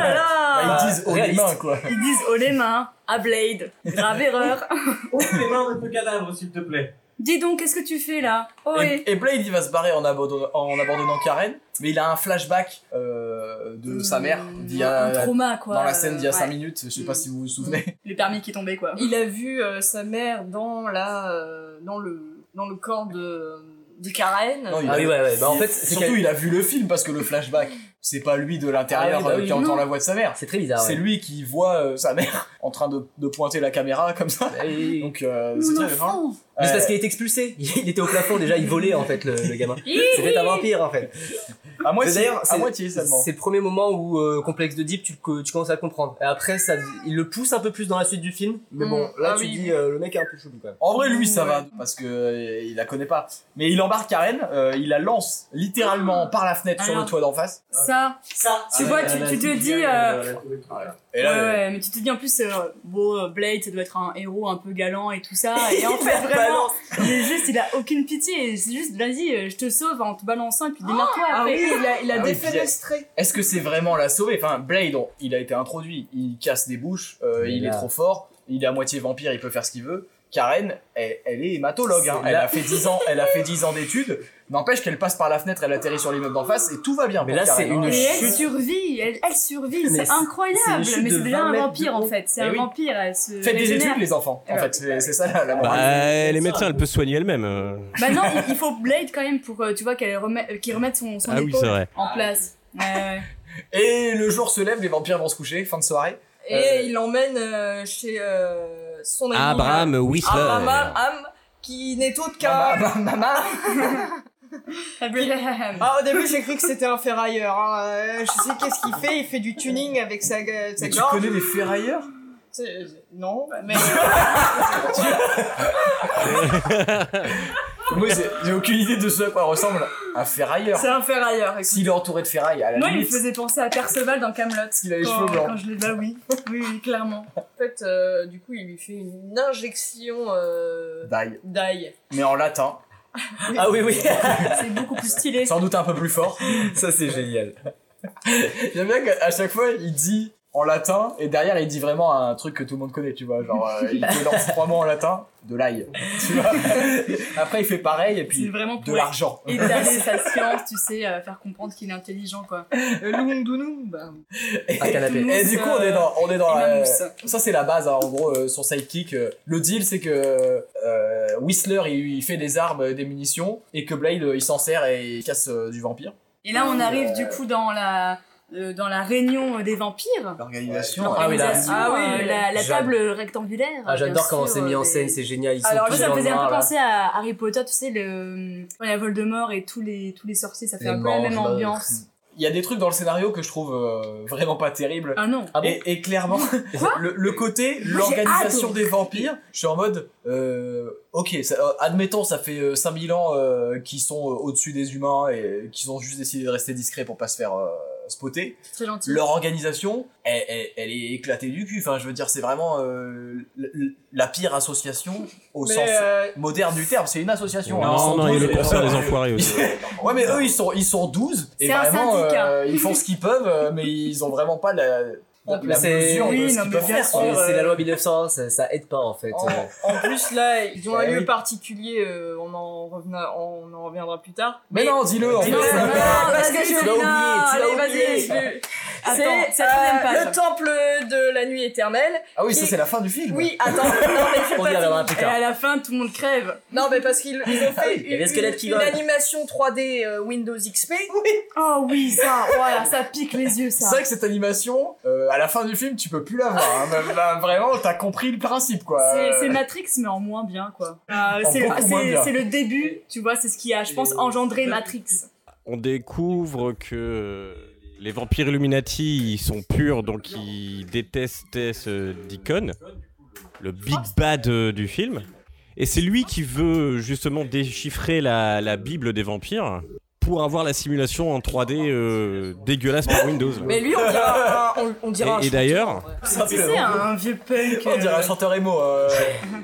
E: Bah,
H: là là.
E: ils disent aux
G: réaliste.
E: mains quoi.
H: Ils disent haut les mains à Blade.
E: <laughs>
H: Grave erreur.
L: les mains de ton cadavre, s'il te plaît.
H: Dis donc, qu'est-ce que tu fais là Oh,
E: Et, et Blade il va se barrer en, abandon- en abandonnant Karen, mais il a un flashback euh,
G: Mmh.
E: de sa mère d'il y a-
H: un trauma quoi.
E: dans la scène d'il y a 5
H: Ouais.
E: minutes. Je sais pas si vous vous souvenez.
H: Le permis qui est tombé quoi.
F: Il a vu euh, sa mère dans la euh, dans le dans le camp de de Karen.
E: Non, il
G: Ah
E: a-
G: oui, ouais, ouais. Bah, en
E: il-
G: fait, c'est
E: surtout
G: qu'elle-
E: il a vu le film parce que le flashback, c'est pas lui de l'intérieur
G: Ah oui, bah
E: euh,
G: oui,
E: qui
G: non.
E: entend la voix de sa mère.
G: c'est très bizarre.
E: C'est
G: Ah ouais.
E: lui qui voit euh, sa mère <laughs> en train de, de pointer la caméra comme ça.
G: Ah, oui, oui, oui.
E: Donc euh, c'est très marrant.
G: Mais c'est parce
E: Euh,
G: qu'il est expulsé. <laughs> Il était au plafond déjà, il volait en fait le, le gamin. C'était un vampire en fait.
E: à moitié,
G: D'ailleurs,
E: à
G: c'est-
E: moitié seulement.
G: C'est le premier moment où euh, complexe de Deep, tu, le co- tu commences à le comprendre. Et après, ça, il le pousse un peu plus dans la suite du film. Mais bon,
F: Mm.
G: là,
F: Ah
G: tu
F: oui.
G: dis euh, le mec est un peu chelou quand même.
E: En vrai, lui, ça va, parce que euh, il la connaît pas. Mais il embarque Karen, euh, il la lance littéralement par la fenêtre sur le
H: Ah. Alors.
E: toit d'en face.
H: Ça,
F: Ça.
H: tu vois, tu, tu te dis. euh,
E: Et
H: ouais,
E: là, euh,
H: ouais, mais tu te dis en plus, euh, bon, euh, Blade, ça doit être un héros un peu galant et
E: <laughs>
H: tout ça. Et en fait, vraiment, il est juste, il a aucune pitié. C'est juste, vas-y, euh, je te sauve en te balançant et puis démarre-toi
F: Ah
H: après.
F: oui, il a, il a
E: Ah oui,
F: défenestré.
E: est-ce que c'est vraiment la sauver Enfin, Blade, on- il a été introduit, il casse des bouches, euh,
G: Mais
E: il
G: là-
E: est trop fort, il est à moitié vampire, il peut faire ce qu'il veut. Karen, elle, elle est hématologue. hein.
G: C'est
E: Elle
G: la-
E: a fait 10 ans, elle a fait 10 ans d'études. N'empêche qu'elle passe par la fenêtre, elle atterrit sur l'immeuble d'en face et tout va bien.
G: Mais
E: pour
G: là, c'est
E: Karen, hein.
G: une
H: Et elle
G: chute.
H: survit, elle, elle survit,
G: Mais
H: c'est
G: c'est-
H: incroyable.
G: c'est une chute
H: Mais
G: de
H: c'est déjà
G: 20
H: un
G: mètres
H: vampire
G: de
H: en
G: haut.
H: fait, c'est
E: Eh
H: un
E: oui.
H: vampire. Elle se
E: Faites des
H: régénère.
E: études, les enfants. En
H: Ouais.
E: fait, c'est c'est ça la, la morale.
I: Bah, les médecins, elle peut se soigner elle-même. euh.
H: Bah
E: <laughs>
H: non, il, il faut Blade quand même pour, euh, tu vois, qu'elle remet, euh, qu'il remette son, son
I: Ah oui,
H: épaule
I: c'est vrai.
H: en place. Ouais,
E: <laughs>
H: ouais.
E: Et le jour se lève, les vampires vont se coucher, fin de soirée.
F: Et
E: Euh,
F: il l'emmène euh, chez euh, son ami
I: Abraham
F: euh,
I: Whistler.
F: Abraham Ham, qui n'est autre qu'un.
E: Maman, maman,
H: Abraham.
F: Ah, au début, j'ai cru que c'était un ferrailleur. hein. Euh, je sais qu'est-ce qu'il fait. Il fait du tuning avec sa, euh, sa
E: mais tu
F: gorge.
E: connais les ferrailleurs
F: C'est- euh, Non, mais.
E: Moi, j'ai j'ai aucune idée de ce à quoi ressemble un ferrailleur.
H: C'est un ferrailleur. écoute.
E: S'il est entouré de ferraille, à la
H: Moi, il me
E: limite.
H: faisait penser à Perceval dans Camelot.
E: qu'il a les cheveux blancs.
H: Quand je l'ai bah oui. oui, oui, clairement.
F: En fait, euh, du coup, il lui fait une injection euh,
E: Daille.
F: d'ail.
E: Mais en latin,
G: Ah oui, oui,
H: C'est beaucoup plus stylé.
E: sans doute un peu plus fort. <laughs>
G: ça c'est génial.
E: J'aime bien qu'à chaque fois, il dit en latin, et derrière, il dit vraiment un truc que tout le monde connaît, tu vois. Genre, euh, <laughs> il te lance trois mots en latin, de l'ail. Tu vois Après, il fait pareil, et
H: C'est
E: puis
H: vraiment
E: de
H: pour
E: l'argent.
H: étaler sa science, tu sais, euh, faire comprendre qu'il est intelligent, quoi.
E: <laughs> Euh, Et,
G: Un canapé.
E: et du coup, on est dans, on est dans
H: euh, Et
E: la-
H: ma mousse.
E: Ça, c'est la base, hein, en gros, euh, son sidekick. euh, le deal, c'est que euh, Whistler, il, il fait des armes, euh, des munitions, et que Blade, euh, il s'en sert et il casse euh, du vampire.
H: Et là,
F: Ah.
H: on arrive du coup dans la, euh, dans la réunion euh, des vampires.
E: L'organisation.
G: Ah oui, là.
H: L'organisation,
F: Ah oui,
H: euh, la, la
G: j'adore.
H: table rectangulaire.
G: Ah, j'adore
H: bien
G: comment
H: sûr,
G: c'est mis en
H: euh,
G: scène,
H: des-
G: c'est génial. Ils sont
H: Alors
G: tous
H: moi, ça
G: dans
H: me
G: le
H: faisait un
G: noir,
H: peu
G: là.
H: penser à Harry Potter, tu sais, le, quand il y a Voldemort et tous les, tous les sorciers, ça fait un peu la même ambiance.
E: Il y a des trucs dans le scénario que je trouve euh, vraiment pas terribles.
H: Ah non.
G: Ah bon
E: et, et clairement, <laughs> le, le côté,
H: j'ai
E: l'organisation
H: adoré.
E: des vampires, je suis en mode, euh, ok, ça- euh, admettons, ça fait euh, 5000 ans euh, qu'ils sont euh, au-dessus des humains et euh, qu'ils ont juste décidé de rester discrets pour pas se faire euh, spotter.
H: C'est très gentil.
E: leur organisation, elle, elle- elle est éclatée du cul. Enfin, je veux dire, c'est vraiment euh, l- l- la pire association au
F: Mais
E: sens
F: euh,
E: moderne du terme. C'est une association. hein. Ils
I: Non,
E: sont
I: non, il y a
E: douze,
I: le
E: et-
I: concert des enfoirés aussi.
E: <laughs> Ouais, mais eux, ils sont, ils sont 12 et
H: C'est un
E: vraiment,
H: syndicat.
E: euh, ils font ce qu'ils peuvent, euh, mais ils ont vraiment pas la, la, la
G: c'est-
E: mesure de
G: Oui,
E: ce
H: non,
E: qu'ils
H: mais
E: peuvent
H: bien
E: faire.
H: sûr.
E: quoi.
G: Mais C'est la loi 1901, ça, ça aide pas en fait.
E: Oh.
G: Euh,
F: en plus, là, ils
G: Bah
F: ont un
E: Eh
F: lieu
E: oui.
F: particulier. euh, on, en revena- on en reviendra plus tard.
E: Mais non, dis-le. en
F: Dis-le,
E: fait.
G: <laughs>
F: non,
G: Ah,
F: non,
E: Parce
F: parce
E: que
F: que
E: tu l'as
F: Julien,
E: oublié, tu l'as
F: allez,
E: oublié.
F: vas-y.
H: Attends, c'est
F: euh,
H: la troisième page.
F: le temple de la nuit éternelle.
E: Ah oui, ça c'est la fin du film.
F: Oui, attends, non mais je
G: On
F: pas
G: y reviendra
F: fini.
G: plus
H: Et
G: tard. Ah
H: à la fin, tout le monde crève.
F: Non mais parce qu'ils ils ont fait
G: il y avait
F: une,
G: un squelette qui
F: une
G: vole.
F: animation 3D euh, Windows XP.
H: Oh oui, ça, voilà, ça pique les yeux,
E: C'est
H: ça.
E: vrai que cette animation, euh, à la fin du film, tu peux plus la voir. hein. Bah, bah, vraiment, t'as compris le principe, quoi.
H: C'est c'est Matrix, mais en moins bien, quoi. Euh,
E: En
H: c'est
E: beaucoup moins
H: c'est-
E: bien.
H: c'est le début, tu vois, c'est ce qui a, je pense, engendré Matrix.
I: on découvre que les vampires Illuminati, ils sont purs, donc ils détestaient ce Deacon, le big bad euh, du film. Et c'est lui qui veut justement déchiffrer la, la Bible des vampires pour avoir la simulation en 3D euh, dégueulasse par Windows. là.
F: Mais lui on dira, un- on, on dira un
I: Et, et
F: champion, en
I: d'ailleurs,
F: vrai.
H: Tu sais, un vieux punk.
E: On dirait un
H: euh,
E: chanteur émo. euh,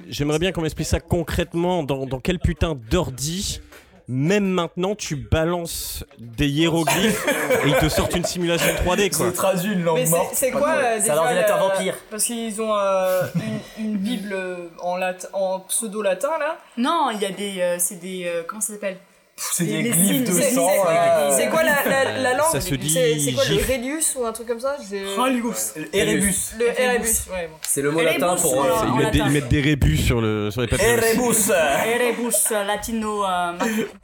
I: j'aimerais bien qu'on m'explique ça concrètement. Dans, dans quel putain d'ordi, même maintenant, tu balances des hiéroglyphes et ils te sortent une simulation 3D
E: C'est
I: quoi.
E: traduit une langue
F: Mais c'est-
E: morte.
F: c'est
E: pas
F: quoi
E: drôle.
F: euh,
G: C'est
F: déjà
G: un ordinateur
F: la-
G: vampire.
F: Parce qu'ils ont euh, une, une bible euh, en, lat- en pseudo latin là.
H: Non, il y a des. euh, c'est des. euh, comment ça s'appelle
E: Pff, C'est
H: les-
E: des
H: les
E: glyphes
H: signes,
E: de
F: C'est
E: sang.
F: c'est-
E: euh,
F: c'est quoi la, la- la langue
I: Ça se dit
F: C'est c'est quoi le
I: gif. Oh,
F: Relius ou un truc comme ça C'est-
E: Erebus.
F: Le Erebus, ouais. bon.
G: C'est le mot
H: Les
G: latin
H: bousses,
G: pour. euh,
H: alors.
I: Ils
H: en
I: mettent, des, ils
H: latin.
I: mettent des rébus sur, le, sur les
E: Eh,
I: papiers.
E: Erebus.
H: Erebus Latino. euh,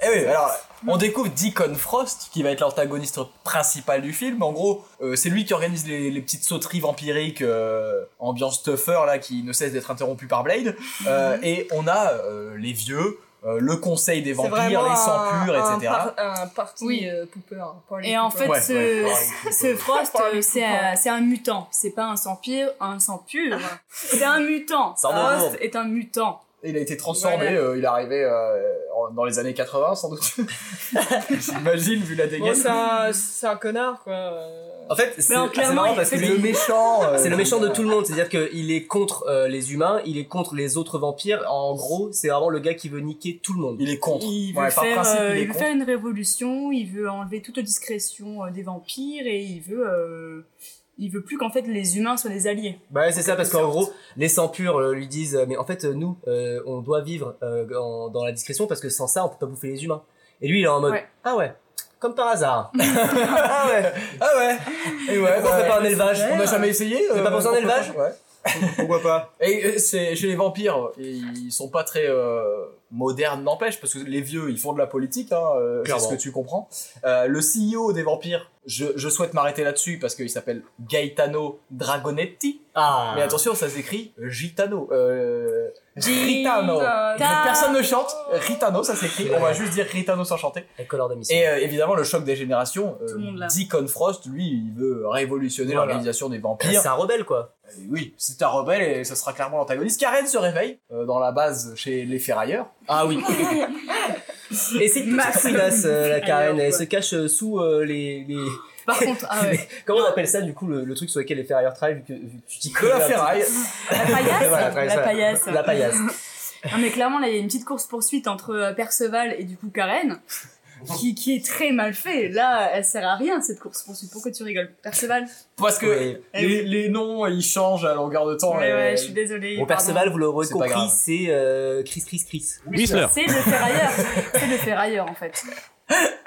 E: Eh oui, alors, on découvre Deacon Frost, qui va être l'antagoniste principal du film. En gros, euh, c'est lui qui organise les, les petites sauteries vampiriques euh, ambiance stuffer, là, qui ne cesse d'être interrompu par Blade. Euh, Et on a euh, les vieux, euh, le conseil des
F: C'est
E: vampires, les sangs purs,
F: un,
E: etc.
F: par- un parti
H: Oui.
F: euh, pooper, hein, pour les
H: Et en
F: poopers.
H: fait,
E: Ouais,
H: ce,
E: ouais.
H: ce Frost,
F: Parle
H: euh, c'est
F: coupable.
H: un, c'est un mutant. C'est pas un sang pur, un sang
E: <laughs>
H: pur. C'est un mutant.
G: C'est un bon
H: Frost est un mutant.
E: Il a été transformé, euh, il est arrivé euh, en- dans les années 80, sans doute. J'imagine, vu la
F: Bon,
E: dégaine.
F: c'est un, c'est un connard, quoi. euh.
G: En fait, c'est
H: Non,
G: c'est
H: clairement,
G: marrant
H: il
G: parce que
H: fait
G: lui-
E: le méchant. euh,
G: <laughs> C'est le méchant de tout le monde, c'est-à-dire qu'il est contre euh, les humains, il est contre les autres vampires. En gros, c'est vraiment le gars qui veut niquer tout le monde.
E: Il est contre.
H: Il veut,
E: Ouais, par
H: faire,
E: principe,
H: euh,
E: il est
H: il veut
E: contre.
H: faire une révolution, il veut enlever toute discrétion euh, des vampires et il veut, euh, il veut plus qu'en fait les humains soient des alliés.
G: Bah ouais, c'est ça, parce qu'en gros, les sangs purs euh, lui disent euh, Mais en fait, euh, nous, euh, on doit vivre euh, en- dans la discrétion parce que sans ça, on peut pas bouffer les humains. Et lui, il est en mode
H: Ouais.
G: Ah ouais, comme par <laughs> hasard. ah ouais, ah ouais. Et ouais, pourquoi on fait pas un élevage
E: On n'a jamais essayé
G: T'as pas pensé à un
E: pourquoi
G: élevage
E: pas, Ouais.
G: <laughs> Pourquoi pas
E: Et euh, c'est chez les vampires, et ils sont pas très euh, modernes, n'empêche, parce que les vieux, ils font de la politique, hein, euh, c'est
G: Clairement.
E: ce que tu comprends. Euh, le CEO des vampires, je, je souhaite m'arrêter là-dessus parce qu'il s'appelle Gaetano Dragonetti.
G: Ah
E: Mais attention, ça s'écrit Gitano. Euh, Ritano.
H: Gitano.
E: Personne ne chante. Ritano, ça s'écrit. On va juste dire Ritano sans chanter.
G: La colère d'émission.
E: Et euh, évidemment, le choc des générations.
H: Tout le monde l'a.
E: euh, Deacon Frost, lui, il veut révolutionner
G: Voilà.
E: l'organisation des vampires.
G: C'est un rebelle, quoi.
E: Et oui, c'est un rebelle et ce sera clairement l'antagoniste. Karen se réveille euh, dans la base chez les ferrailleurs.
G: Ah oui. Et c'est une petite couillasse, euh, la Karen.
H: Alors,
G: Elle
H: quoi.
G: se cache euh, sous euh, les. les...
F: Par contre, ah
G: <laughs>
F: ouais.
G: Comment on appelle ça, du coup, le, le truc sur lequel les ferrailleurs travaillent vu que vu que tu t'y
E: Que la
G: connais un
E: ferraille.
H: La
G: Voilà,
H: paillasse
G: très
H: La
G: ça.
H: paillasse.
G: petit- La paillasse.
H: Non mais clairement là il y a une petite course poursuite entre euh, Perceval et du coup Karen qui, qui est très mal fait. Là elle sert à rien cette course poursuite. Pourquoi tu rigoles Perceval
E: Parce que
G: Oui.
E: les, les noms, ils changent à longueur de temps.
H: Ouais
E: et-
H: ouais je suis désolée.
G: Oh, Bon,
H: pardon.
G: Perceval, vous l'aurez
E: C'est pas
G: compris,
E: grave.
G: c'est euh, Chris, Chris, Chris.
I: Whistler.
H: C'est le ferrailleur. C'est le ferrailleur en fait.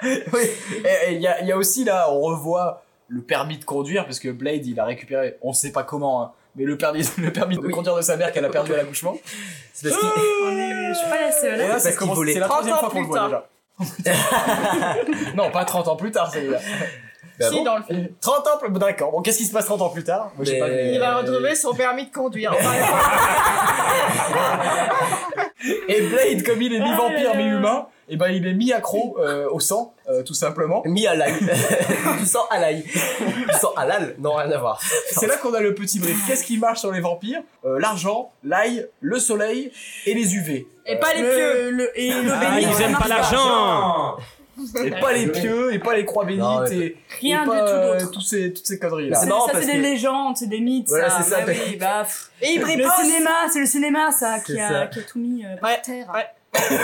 E: Oui. Et- et Il y, a- il y a aussi là, on revoit le permis de conduire parce que Blade, il a récupéré, on sait pas comment, hein, mais le permis, <laughs> le permis de
G: Oui.
E: conduire de sa mère qu'elle a perdu à l'accouchement.
G: C'est parce qu'il-
H: Oh, On est- Je suis pas la
E: Et
H: seule.
E: là,
G: Parce
E: ça
G: qu'il
E: commence-
G: voulait
E: c'est la
G: 30
E: troisième
G: ans
E: fois qu'on le
G: plus
E: voit déjà. non, pas 30 ans plus tard, celui-là.
G: Bah
F: Si,
G: bon.
F: dans le film.
E: 30 ans plus bah, D'accord, bon, qu'est-ce qui se passe 30 ans plus tard Moi, j'ai
G: Mais-
E: pas vu.
F: Il va retrouver son permis de conduire.
E: Et Blade, comme il est
H: Ah,
E: mi-vampire,
H: là, là.
E: mi-humain, et ben il est mis-accro euh, au sang, euh, tout simplement.
G: mis à l'ail. <laughs> tu sens à l'ail. Tu sens à l'al. Non, rien à voir.
E: C'est là qu'on a le petit brief. Qu'est-ce qui marche sur les vampires Euh, L'argent, l'ail, le soleil et les Euh, UV.
H: Et pas les pieux. Le- et
I: Ah,
H: l'obélisque.
I: ils aiment pas l'argent
E: Et pas les pieux, et pas les croix bénites,
G: Non, mais-
E: et,
H: Rien
E: et
H: du
E: pas,
H: tout
E: euh,
H: d'autre.
E: toutes ces, toutes ces
G: Mais
E: conneries-là.
G: c'est
H: C'est-
G: marrant
H: ça
G: parce
H: c'est des
G: que-
H: légendes, c'est des mythes.
G: Voilà,
H: ça.
G: c'est ça,
H: Bah
G: mais-
H: oui, bah, pff.
F: Et il brille
H: le
F: pas.
H: cinéma, c'est le cinéma ça
G: C'est
H: qui a,
G: ça.
H: qui a tout mis euh,
E: Ouais,
H: par terre.
E: ouais.
H: ouais,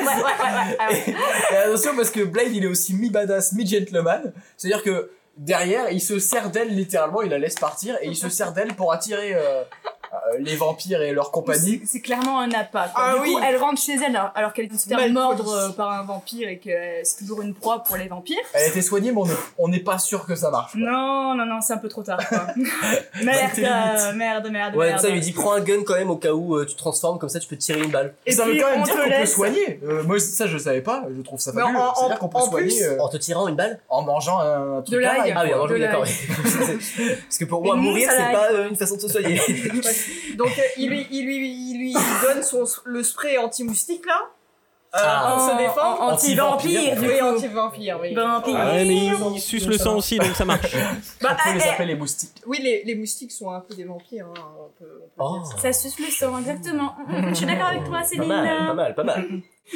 H: ouais, ouais, ouais, ouais, ouais.
E: Et attention parce que Blade il est aussi mi-badass, mi-gentleman. C'est-à-dire que derrière il se sert d'elle littéralement, il la laisse partir et il se sert d'elle pour attirer euh, euh, les vampires et leur compagnie.
H: C'est- C'est clairement un appât. quoi.
F: Ah
H: du
F: oui.
H: coup, elle rentre chez elle alors, alors qu'elle se fait
F: Mal
H: mordre
F: police.
H: euh, par un vampire et que euh, c'est toujours une proie pour les vampires.
E: Elle a été soignée mais on est- on n'est pas sûr que ça marche.
H: Non, non, non, c'est un peu trop tard.
G: <laughs>
H: Quoi. <laughs> merde,
E: Vingt-et-une
H: euh, merde, merde,
G: Ouais,
H: merde.
G: ça, il lui dit prends un gun quand même au cas où euh, tu te transformes, comme ça tu peux tirer une balle.
H: Et
E: ça veut
H: puis,
E: quand même
H: on
E: dire
H: te
E: qu'on peut
H: laisse.
E: soigner. Euh, moi ça je savais pas, je trouve ça
F: Mais
E: fabuleux.
F: en- en-
E: C'est-à-dire qu'on peut
F: en
E: soigner
F: plus-
E: euh,
G: En te tirant une balle
E: en mangeant un truc
H: De l'ail.
E: pareil,
G: Ah oui,
E: quoi.
G: alors je suis
H: de
G: d'accord. <laughs> oui. parce que pour moi,
H: Et nous,
G: mourir,
H: ça
G: c'est
H: l'ail.
G: pas euh, une façon de se soigner.
F: Donc euh, il lui, il lui, il lui donne son, le spray anti-moustique là. Euh,
G: Ah.
F: pour se défendre.
H: En- en- anti-vampire, du
F: Oui,
H: coup.
F: anti-vampire, oui.
H: Vampire.
I: Ah ouais, mais ils, ils sucent le sang aussi, donc ça <laughs> marche.
F: Bah,
E: On peut
F: eh,
E: les
F: eh,
E: appeler les moustiques.
F: oui, les, les moustiques sont un peu des vampires. hein, on peut, on peut
G: Oh.
F: dire ça.
H: Ça suce le sang, exactement. Je suis d'accord avec toi,
G: Pas
H: Céline.
G: mal, pas mal, pas mal.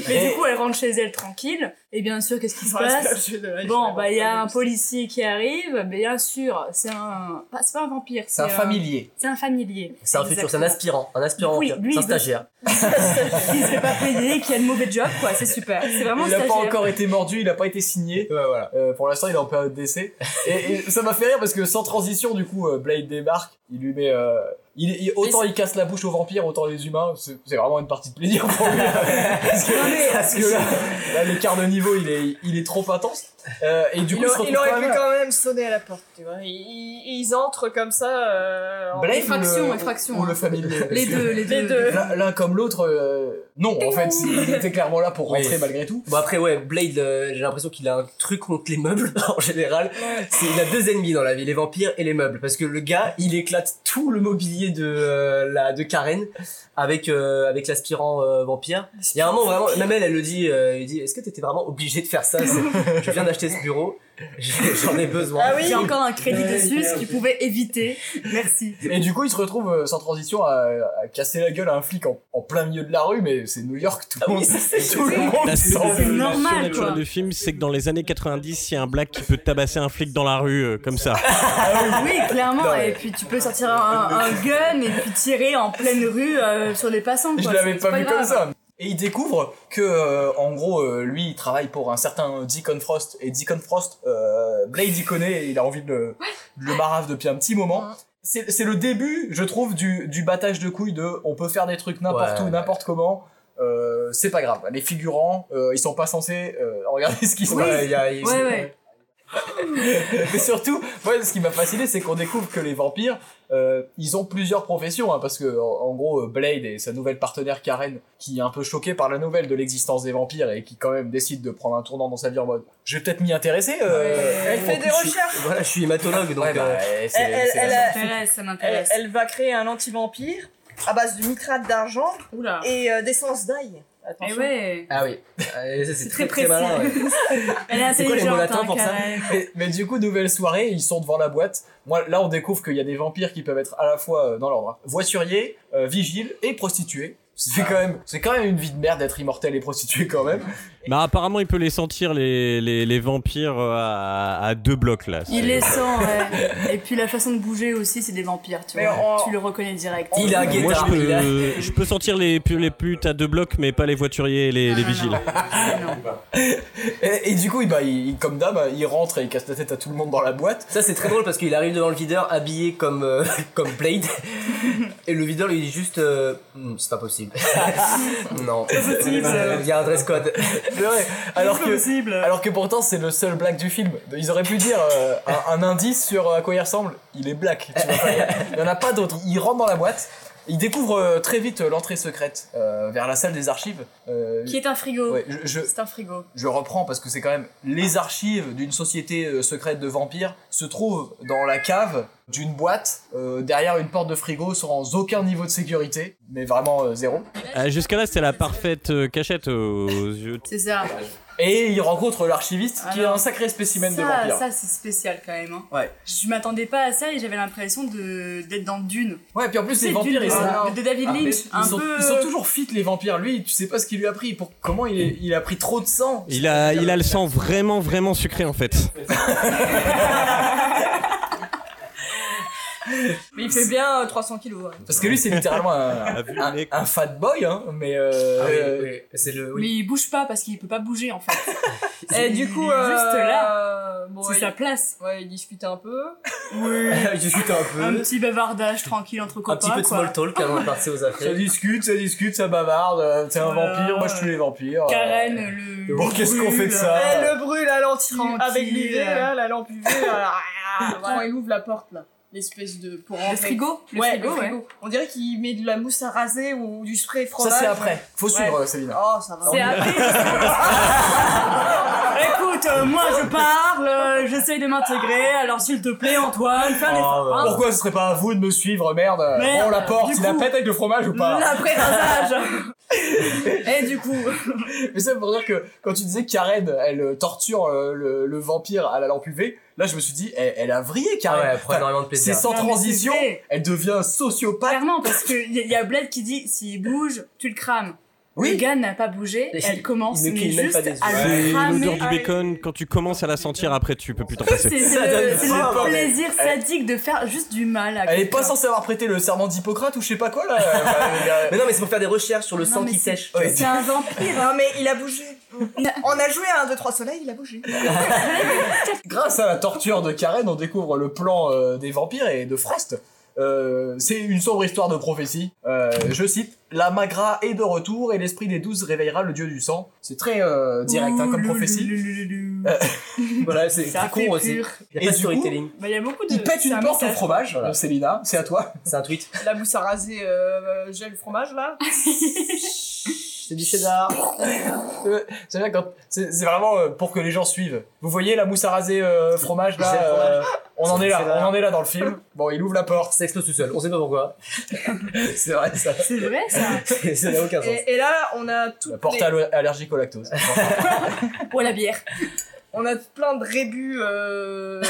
H: Mais du coup, elle rentre chez elle tranquille. Et bien sûr, qu'est-ce qui se
F: Enfin, c'est
H: passe
F: l'objet de la-
H: Bon, bah, il y a un policier qui arrive. Bien sûr, c'est un. pas- C'est pas un vampire,
E: C'est un familier.
H: C'est un familier.
G: C'est un futur, c'est un aspirant, un aspirant,
H: Oui,
G: vampire,
H: lui,
G: c'est un
H: il-
G: stagiaire.
H: <laughs> qui se fait pas payer, qui a de mauvais job, quoi. C'est super. C'est vraiment
E: Il a pas
H: stagiaire.
E: encore été mordu, il a pas été signé.
G: Ouais, voilà.
E: Euh, pour l'instant, il est en période d'essai. Et, et ça m'a fait rire parce que sans transition, du coup, euh, Blade débarque. Il lui met. euh, il, il- autant il casse la bouche aux vampires, autant les humains. C'est c'est vraiment une partie de plaisir pour lui. parce que, <laughs> parce que là, là, l'écart de niveau, il est, il est trop intense. Euh, et du
F: Il,
E: coup, il se
F: a-
E: retrouve
F: il aurait
E: quand
F: pu
E: même-
F: quand même sonner à la porte, tu vois. Ils, ils- ils entrent comme ça. euh, en-
E: Blade ou
H: Effraction,
E: le-
H: effraction,
E: Ou
H: hein.
E: le familier.
H: Les deux, les deux.
F: Les deux.
E: L'un l'un comme l'autre, euh, non, en fait, il était clairement là pour
G: Oui.
E: rentrer malgré tout.
G: Bon après ouais, Blade, euh, j'ai l'impression qu'il a un truc contre les meubles <laughs> en général. C'est, il a deux ennemis dans la vie, les vampires et les meubles, parce que le gars, il éclate tout le mobilier de euh, la de Karen avec euh, avec l'aspirant euh, vampire. Il y a un moment vraiment, même elle, elle le dit, euh, il dit, est-ce que t'étais vraiment obligé de faire ça C'est- Je viens d'acheter ce bureau, j'ai- j'en ai besoin.
F: Ah oui.
H: J'ai encore un crédit dessus, ce qu'il pouvait éviter. Merci.
E: Et du coup, il se retrouve euh, sans transition à, à casser la gueule à un flic en, en plein milieu de la rue, mais c'est New York, tout le monde, tout le monde
I: La
E: s'en
I: seule-
E: fout.
I: la
H: normal,
I: seule
H: quoi.
I: action du film, c'est que dans les années 90, il y a un black qui peut tabasser un flic dans la rue, euh,
H: <laughs>
I: comme ça.
H: Oui, clairement.
G: Non, mais-
H: Et puis tu peux sortir un, un gun et puis tirer en pleine rue euh, sur les passants.
E: Je
H: quoi.
E: l'avais
H: C'est
E: pas vu
H: grave.
E: comme ça. Et il découvre que, euh, en gros, euh, lui, il travaille pour un certain Deacon Frost. Et Deacon Frost, euh, Blade, il connaît, il a envie de le, de le marave depuis un petit moment. C'est c'est le début, je trouve, du, du battage de couilles de on peut faire des trucs n'importe
G: Ouais,
E: où,
G: ouais.
E: n'importe comment. euh, c'est pas grave. Les figurants, euh, ils sont pas censés euh, regarder ce qui se passe.
G: Ouais, il y a- il-
M: Ouais, ouais.
E: Mais surtout, moi, ce qui m'a fasciné, c'est qu'on découvre que les vampires, euh, ils ont plusieurs professions, hein, parce que en, en gros, euh, Blade et sa nouvelle partenaire Karen, qui est un peu choquée par la nouvelle de l'existence des vampires et qui quand même décide de prendre un tournant dans sa vie en mode, je vais peut-être m'y intéresser. euh,
F: Elle
E: en
F: fait des
E: plus, je suis-
F: recherches.
G: Voilà, je suis hématologue, donc.
E: Ouais, bah,
G: euh,
E: c'est-
F: Elle- elle-
E: c'est la
F: elle
E: sorte.
F: a-
H: m'intéresse, ça
F: Elle,
H: m'intéresse.
F: elle va créer un anti-vampire à base de nitrate d'argent
H: Oula.
F: et euh, d'essence d'ail.
H: Eh
F: Attention.
H: ouais.
G: Ah oui, Euh, ça, c'est
H: C'est très
G: très, très malin.
H: précis. <laughs>
G: ouais.
H: Elle est
G: C'est quoi les mots
H: intelligente,
G: latins
H: hein,
G: pour ça
H: Karen.
E: mais, mais du coup, nouvelle soirée, ils sont devant la boîte. Moi, là, on découvre qu'il y a des vampires qui peuvent être à la fois euh, dans l'ordre hein, voiturier, euh, vigile et prostitué. C'est quand même, c'est quand même une vie de merde d'être immortel et prostitué quand même.
I: Bah apparemment il peut les sentir les, les, les vampires euh, à, à deux blocs là.
H: Il les sent,
G: <laughs>
H: ouais. Et puis la façon de bouger aussi, c'est des vampires, tu
F: Mais
H: vois.
F: on-
H: Tu le reconnais direct.
G: Il a un
I: Moi
G: guettard.
I: je
G: il a-
I: peux, je peux sentir les, pu- les putes à deux blocs mais pas les voituriers et les, les vigiles.
H: Ah.
E: Ah, Et, et du coup, il- bah, il, il- comme d'hab, il rentre et il casse la tête à tout le monde dans la boîte.
G: Ça, c'est très drôle parce qu'il arrive devant le videur habillé comme, euh, <laughs> comme Blade. Et le videur lui dit juste euh, Hmm, C'est pas possible. <laughs> non. Il y a un dress code.
E: C'est vrai. Alors que, alors que pourtant, c'est le seul black du film. Ils auraient pu dire euh, un, un indice sur euh, à quoi il ressemble. Il est black. tu vois. il y en a pas d'autre. Il rentre dans la boîte. Il découvre euh, très vite euh, l'entrée secrète euh, vers la salle des archives. Euh,
H: Qui est un frigo.
E: ouais, je, je-
H: C'est un frigo.
E: je reprends parce que c'est quand même les archives d'une société euh, secrète de vampires se trouvent dans la cave d'une boîte euh, derrière une porte de frigo sans aucun niveau de sécurité, mais vraiment euh, zéro.
I: Ah, Jusqu'à là c'était la parfaite euh, cachette aux yeux.
H: C'est ça.
E: Et il rencontre l'archiviste qui est
H: Alors,
E: un sacré spécimen de
H: Ça,
E: vampire.
H: ça c'est spécial quand même. hein.
E: Ouais.
H: Je m'attendais pas à ça et j'avais l'impression de d'être dans Dune.
E: Ouais, puis en plus
H: C'est
E: les vampires ils sont
H: Dune euh, de, de David
E: Ah, mais
H: Lynch. un
E: ils, sont,
H: peu...
E: ils sont toujours fit les vampires. Lui, tu sais pas ce qu'il lui a pris. Pour comment il, est- il a pris trop de sang.
I: Il a, il a le sang vraiment vraiment sucré en fait.
F: Mais il fait bien euh, 300 kilos. ouais.
E: Parce que lui c'est littéralement un,
I: vu le
E: un,
I: mec.
E: un fat boy, hein. Mais
G: Ah
E: euh, euh,
G: C'est le.
H: Mais il bouge pas parce qu'il peut pas bouger en fait.
G: <laughs>
F: Et Eh, du coup,
H: Il est juste
F: euh,
H: là.
F: euh, bon,
H: C'est
F: il-
H: sa place.
F: Ouais, il discute un peu.
H: Oui.
G: <laughs> Je suis un
H: un
G: peu.
H: petit bavardage tranquille entre
G: Un
H: copains.
G: petit peu de
H: quoi.
G: small talk avant de partir aux
E: Ça
G: affaires.
E: discute, ça discute, ça bavarde. euh, T'es un
H: Voilà.
E: vampire, moi je tue les vampires. euh.
H: Karen, le.
E: Bon,
H: le
E: qu'est-ce qu'on
H: brûle.
E: fait de ça
F: Elle Eh, le brûle à l'anti
H: Tranquille.
F: avec l'UV, là, la lampe UV. là.
M: Quand il ouvre la porte, là, l'espèce de. Pour
H: Le
M: rentrer.
H: frigo Le
F: ouais,
H: frigo,
F: le
H: ouais.
F: frigo. On dirait qu'il met de la mousse à raser ou du spray
E: Ça
F: fromage.
E: c'est après. Faut suivre,
H: Ah,
E: Céline.
F: Oh, ça va.
H: C'est après. <laughs> Écoute, euh, moi je parle, euh, j'essaye de m'intégrer, alors s'il te plaît Antoine, fais un
E: Ah,
H: effort. hein.
E: Euh, Pourquoi ce serait pas à vous de me suivre, merde
H: Merde,
E: Bon, la porte,
H: du
E: il la
H: coup-
E: pète avec le fromage ou pas <laughs>
H: L'après-rasage Et du coup,
E: Mais ça pour dire que quand tu disais Karen, elle euh, torture euh, le, le vampire à la lampe UV, là je me suis dit, elle, elle a vrillé
G: Ah ouais,
E: Karen.
G: elle prend énormément de
E: c'est
G: plaisir.
E: sans
H: Non, mais
E: transition,
H: c'est vrai.
E: elle devient sociopathe.
H: clairement, parce qu'il y, y a Blade qui dit s'il bouge, tu le crames.
E: Oui.
H: Le gars n'a pas bougé,
G: Il-
H: elle commence
G: il ne
H: mais
G: cligne même
H: juste
G: pas des
H: à
G: yeux.
H: le
I: C'est
H: cramer. Ah
I: l'odeur du bacon quand tu commences à la sentir après tu peux plus t'en
H: C'est
I: passer.
H: c'est
E: Ça donne
H: le, c'est le
E: faim, mais-
H: plaisir sadique de faire juste du mal à
E: Elle est
H: quelqu'un.
E: pas censée avoir prêté le serment d'Hippocrate ou je sais pas quoi là. Euh,
G: Mais non, mais c'est pour faire des recherches sur le
H: Non,
G: sang
H: mais
G: qui
H: c'est-
G: sèche.
E: Ouais.
H: C'est un vampire.
F: Non, mais il a bougé. On a joué à 1, 2, 3 soleil, il a bougé.
E: Grâce à la torture de Karen, on découvre le plan euh, des vampires et de Frost. Euh, c'est une sombre histoire de prophétie. Euh, je cite La magra est de retour et l'esprit des douze réveillera le dieu du sang. C'est très euh, <laughs> direct hein, comme prophétie. Euh,
G: Voilà, c'est
H: Ça
G: très
H: fait
G: con aussi.
H: pur.
G: Il y a
E: Et
G: pas de
E: du coup-
G: storytelling.
H: Bah, il y a beaucoup de.
E: Il pète
H: c'est
E: une
H: un
E: porte au
H: message.
E: fromage, euh, Célina, c'est à toi.
G: C'est un tweet.
F: La mousse à raser, euh, gel fromage, là.
G: C'est du cheddar.
E: Euh, c'est bien quand- c'est- c'est vraiment euh, pour que les gens suivent. Vous voyez la mousse à raser euh, fromage là
G: C'est le fromage.
E: euh, On en est là,
G: C'est là.
E: on en est là dans le film. Bon, il ouvre la porte.
G: Ça explose tout seul. On sait pas <laughs> pourquoi.
E: <laughs> C'est vrai ça.
H: C'est vrai
E: <laughs>
H: ça
G: Ça n'a aucun sens.
F: Et, et là, on a toutes
E: La porte
F: les-
E: allo- allergique au <laughs> lactose.
H: Ou à la bière.
F: On a plein de rébus
E: <laughs>
F: euh,